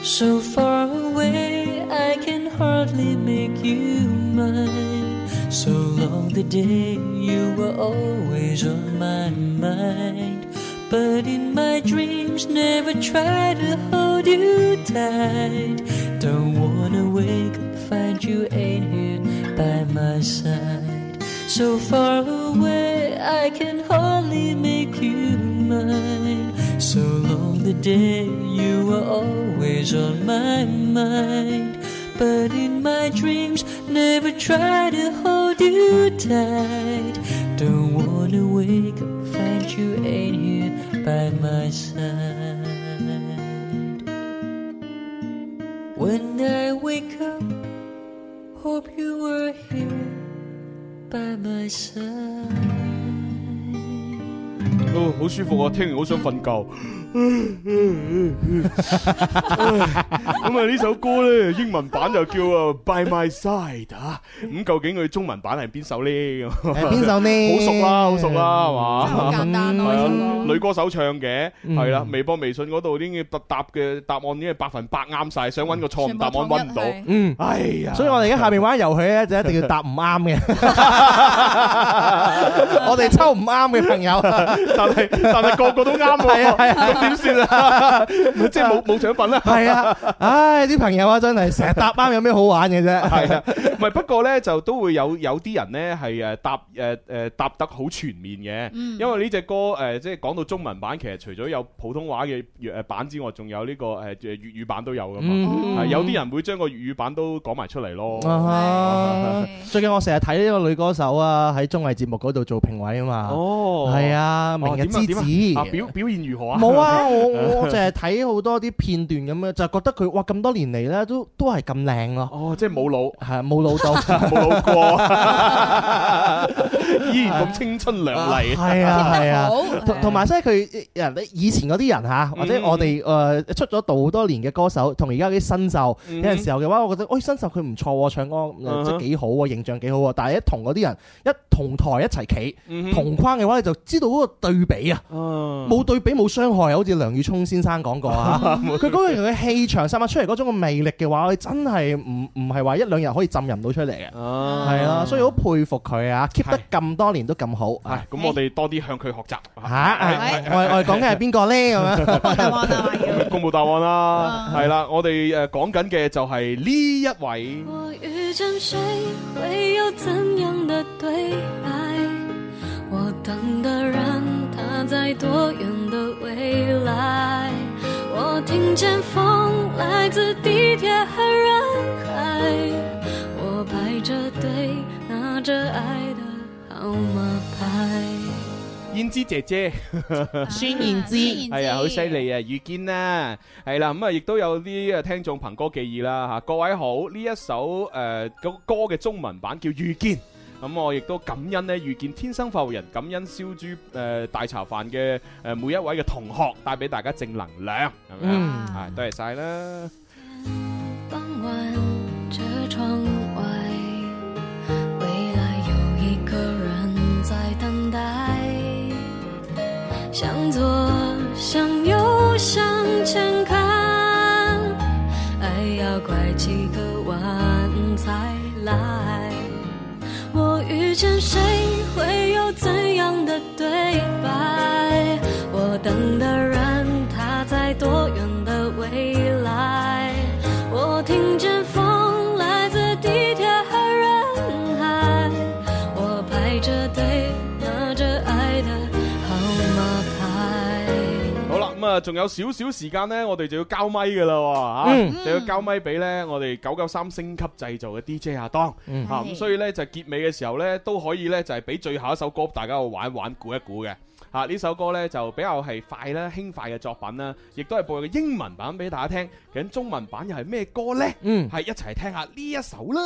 S1: So far away, I can hardly make you mine. So long the day you were always on my mind. But in my dreams, never try to hold you tight. Don't wanna wake up, find you ain't here by my side. So far away, I can hardly make you mine. So long the day you were always on my mind. But in my dreams, never try to hold you tight. Don't wanna wake up, find you ain't here by my side. When I wake up, hope you were here by my side.
S2: 哦好舒服啊，聽完好想瞓覺。咁啊呢首歌呢，英文版就叫啊 By My Side 啊。咁究竟佢中文版係邊首呢？咁
S4: 誒邊首呢？
S2: 好熟啦，好熟啦，係嘛？啊
S5: 好簡單咯，呢首歌
S2: 女歌手唱嘅，
S4: 嗯
S2: 係啦，微博、微信嗰度已經答嘅答案已經係百分百啱晒，想揾個錯誤答案揾唔到。
S5: 全部
S4: 嗯。
S2: 哎呀，
S4: 所以我哋而家下面玩遊戲咧，就一定要答唔啱 嘅。我哋抽唔啱嘅朋友，
S2: 但係但係個個都啱喎，
S4: 係啊係
S2: 咁點算 啊？即係冇冇獎品啦。
S4: 係啊，唉，啲朋友啊，真係成日答啱有咩好玩嘅啫？
S2: 係啊，唔係不過咧就都會有有啲人咧係誒答誒誒答得好全面嘅，因為呢只歌誒即係講到中文版，其實除咗有普通話嘅誒版之外，仲有呢個誒誒粵語版都有噶嘛。係有啲人會將個粵語版都講埋出嚟 咯。
S4: 啊
S2: 哦
S4: 哈
S5: 係
S4: 最近我成日睇呢個女歌手啊，喺綜藝節目嗰度做評委啊嘛。
S2: 哦
S4: 係，啊，
S2: 哦
S4: 明日之
S2: 點啊點啊啊
S4: 子。
S2: 表表現如何啊？
S4: 冇啊，啊！我我我就係睇好多啲片段咁樣，就覺得佢哇咁多年嚟咧，都都係咁靚咯，
S2: 哦，即係冇腦，
S4: 係冇老 到，
S2: 冇腦過，依然咁青春靚麗。
S4: 係啊係啊。同同
S15: 同埋
S4: 埋即係佢人以前嗰啲人
S2: 嗯
S4: 嚇，或者我哋誒出咗道好多年嘅歌手，同而家啲新秀，有陣時候嘅話，我覺得，喂哎新秀佢唔錯喎，唱歌
S2: 嗯嗯哼
S4: 即係幾好喎，形象幾好喎，但係一同嗰啲人一同台一齊企
S2: 嗯
S4: 同框嘅話，你就知道嗰個對比啊，
S2: 啊
S4: 冇對比冇傷害，好似梁宇聰先生講過啊， 佢嗰個人嘅氣場散發出嚟嗰種嘅魅力嘅話，你真係唔唔係話一兩日可以浸淫到出嚟嘅，
S2: 啊，
S4: 係啊，所以好佩服佢啊，keep 得咁多年都咁好
S2: 係
S4: 啊。
S2: 咁，我哋多啲向佢學習。
S4: 吓，啊我我哋講緊係邊個咧咁樣？
S15: 答案啊，
S2: 公布答 案啦，嗯係啦，我哋诶講緊嘅就係呢一位。
S16: 我遇见谁会有怎样的对白？我等的人他在多远的未来？我听见风来自地铁和人海，我排着队拿着爱的号码牌。
S2: 燕姿姐姐
S4: 孫燕 姿
S2: 係啊，好犀利啊！遇見啦，係啦，咁啊，亦都有啲誒聽眾憑歌寄意啦嚇。各位好，呢一首誒個歌嘅中文版叫《遇見》。咁我亦都感恩咧遇見天生發育人，感恩燒豬誒大茶飯嘅誒每一位嘅同學，帶俾大家正能量咁樣。
S4: 嗯
S2: 啊，多謝晒啦！
S16: 傍晚，车窗外，未来有一个人在等待。向左，向右，向前看，爱要拐几个弯才来。我遇见谁会有怎样的对白？我等的人他在多远的未来？我听见风来自地铁和人海，我排着队拿着爱的号码牌。
S2: 好啦，咁啊，仲有少少時間呢，我哋就要交咪噶啦喎
S4: 嗯
S2: 嚇，就要交咪俾呢我哋九九三星級製造嘅 DJ 阿當。
S4: 嗯
S2: 啊，咁所以咧就結尾嘅時候咧都可以咧就係俾最後一首歌大家去玩一玩估一估嘅。啊！呢首歌咧就比較係快啦、輕快嘅作品啦，亦都係播嘅英文版俾大家聽。究竟中文版又係咩歌呢？
S4: 嗯，
S2: 係一齊聽下呢一首啦。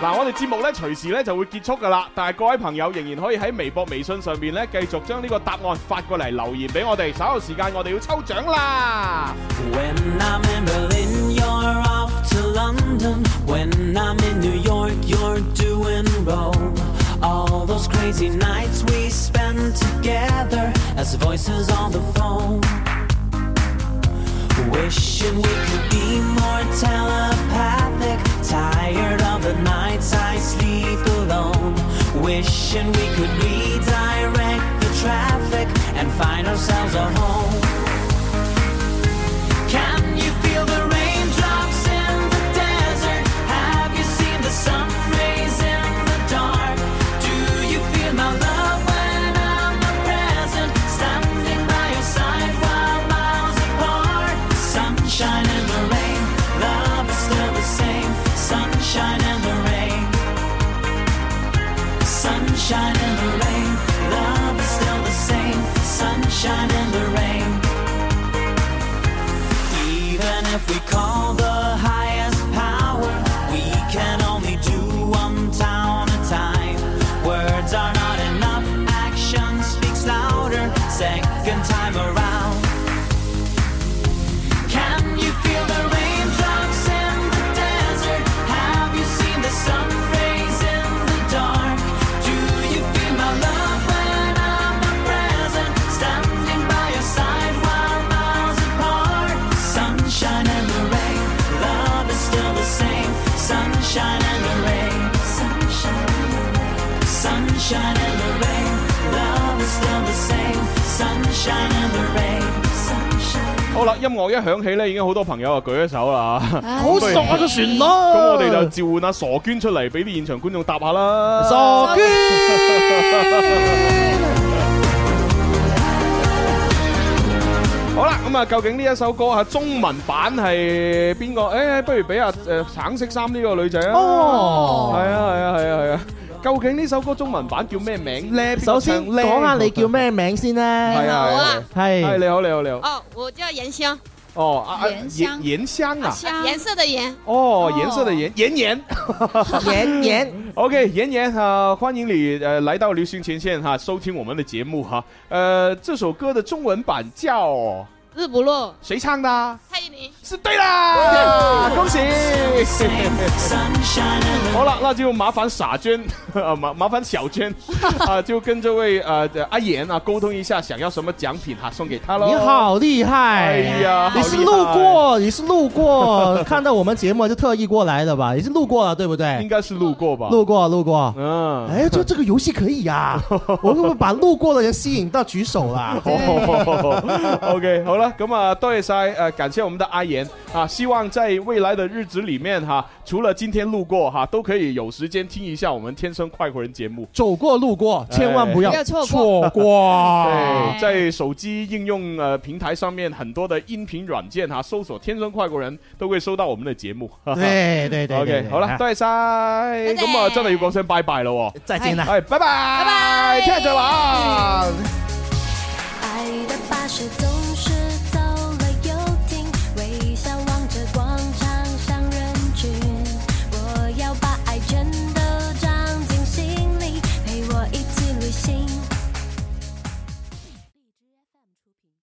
S2: 嗱，我哋節目咧隨時咧就會結束噶啦，但係各位朋友仍然可以喺微博、微信上面咧繼續將呢個答案發過嚟留言俾我哋。稍後時間我哋要抽獎啦！
S17: When I'm in Berlin, you're off to London. When I'm in New York, you're doing Rome. All those crazy nights we spend together as voices on the phone. Wishing we could be more telepathic. Tired of the nights I sleep alone. Wishing we could redirect the traffic and find ourselves a home. Can you feel the raindrops in the desert? Have you seen the sun rays in the dark? Do you feel my love when I'm not present? Standing by your side while miles apart. Sunshine and the rain, love is still the same. Sunshine and the rain. Sunshine and the rain, love is still the same. Sunshine and the rain. Even if we call the highest power, we can only do one town at a time. Words are not enough, action speaks louder. Second time around. Can you feel the raindrops in the desert? Have you seen the sun rays in the dark? Do you feel my love when I'm not present? Standing by your side while miles apart. Sunshine and the rain, love is still the same. Sunshine and the rain, sunshine and the rain, sunshine and the rain, love is still the same. Sunshine and the rain, sunshine.
S2: 好啦，音樂一響起咧，已經好多朋友啊舉咗手啦。
S4: 好熟啊個旋律。
S2: 咁
S4: 咁
S2: 我哋就召喚阿傻娟出嚟，俾啲現場觀眾答下啦。
S4: 傻娟。
S2: 好啦，咁啊，究竟呢一首歌啊中文版係邊個？誒，不如俾阿誒橙色衫呢個女仔啊。
S4: 哦
S2: 係啊，係啊，係啊，係啊。究竟呢首歌中文版叫咩名？
S4: 靓，首先
S2: 邊個唱
S4: 講下你叫咩名先啦。
S2: 係啊
S10: 好
S2: 係
S10: 啊
S2: 啊，係
S4: 係
S2: 你好，你好，你好。
S10: 哦，我叫严香，
S2: 哦，啊啊
S5: 原
S2: 顏
S5: 香
S2: 顏香啊，
S10: 颜色的颜，
S2: 哦
S5: 哦，
S2: 顏色的顏，顏 顏。
S4: 演演
S2: OK，妍妍哈，欢迎你呃来到流行前线哈，收听我们的节目哈。呃，这首歌的中文版叫
S10: 日不落，
S2: 谁唱的啊？
S10: 蔡依林。
S2: 是对
S4: 啊
S2: 啦，恭喜！好了，那就麻烦傻娟， 啊麻麻烦小 娟啊，就跟这位呃阿妍啊沟通一下，想要什么奖品哈、送给她喽。
S4: 你，好厉
S2: 哎
S4: 害！
S2: 呀，
S4: 你是
S2: 好厉害
S4: 路，过，你是路过，看到我们节目就特意过来的吧？你是路过了，对不
S2: 应
S4: 对？
S2: 该是路过吧？
S4: 路过，路过。
S2: 嗯，
S4: 哎，这这个游戏可 以呀、我会不会把路过的人吸引到举手啦？
S2: o k 好了，咁啊，多谢晒，呃，感谢我们的阿言啊，希望在未来的日子里面哈、除了今天路过哈、都可以有时间听一下我们《天生快活人》节目。
S4: 走过路过，千万不要
S5: 哎不要
S4: 错
S5: 错
S4: 过。
S2: 对，在手机应用呃平台上面，很多的音频软件哈、搜索“天生快活人”都会收到我们的节目。
S4: 对对对
S2: OK，
S4: 对
S2: 好啦，，多谢晒，咁啊，真係要講聲拜拜咯哎喎，
S4: 再
S5: 啊
S4: 见啦。
S2: 係，拜拜，
S5: 拜
S2: 聽日再玩。
S7: 爱的跋涉走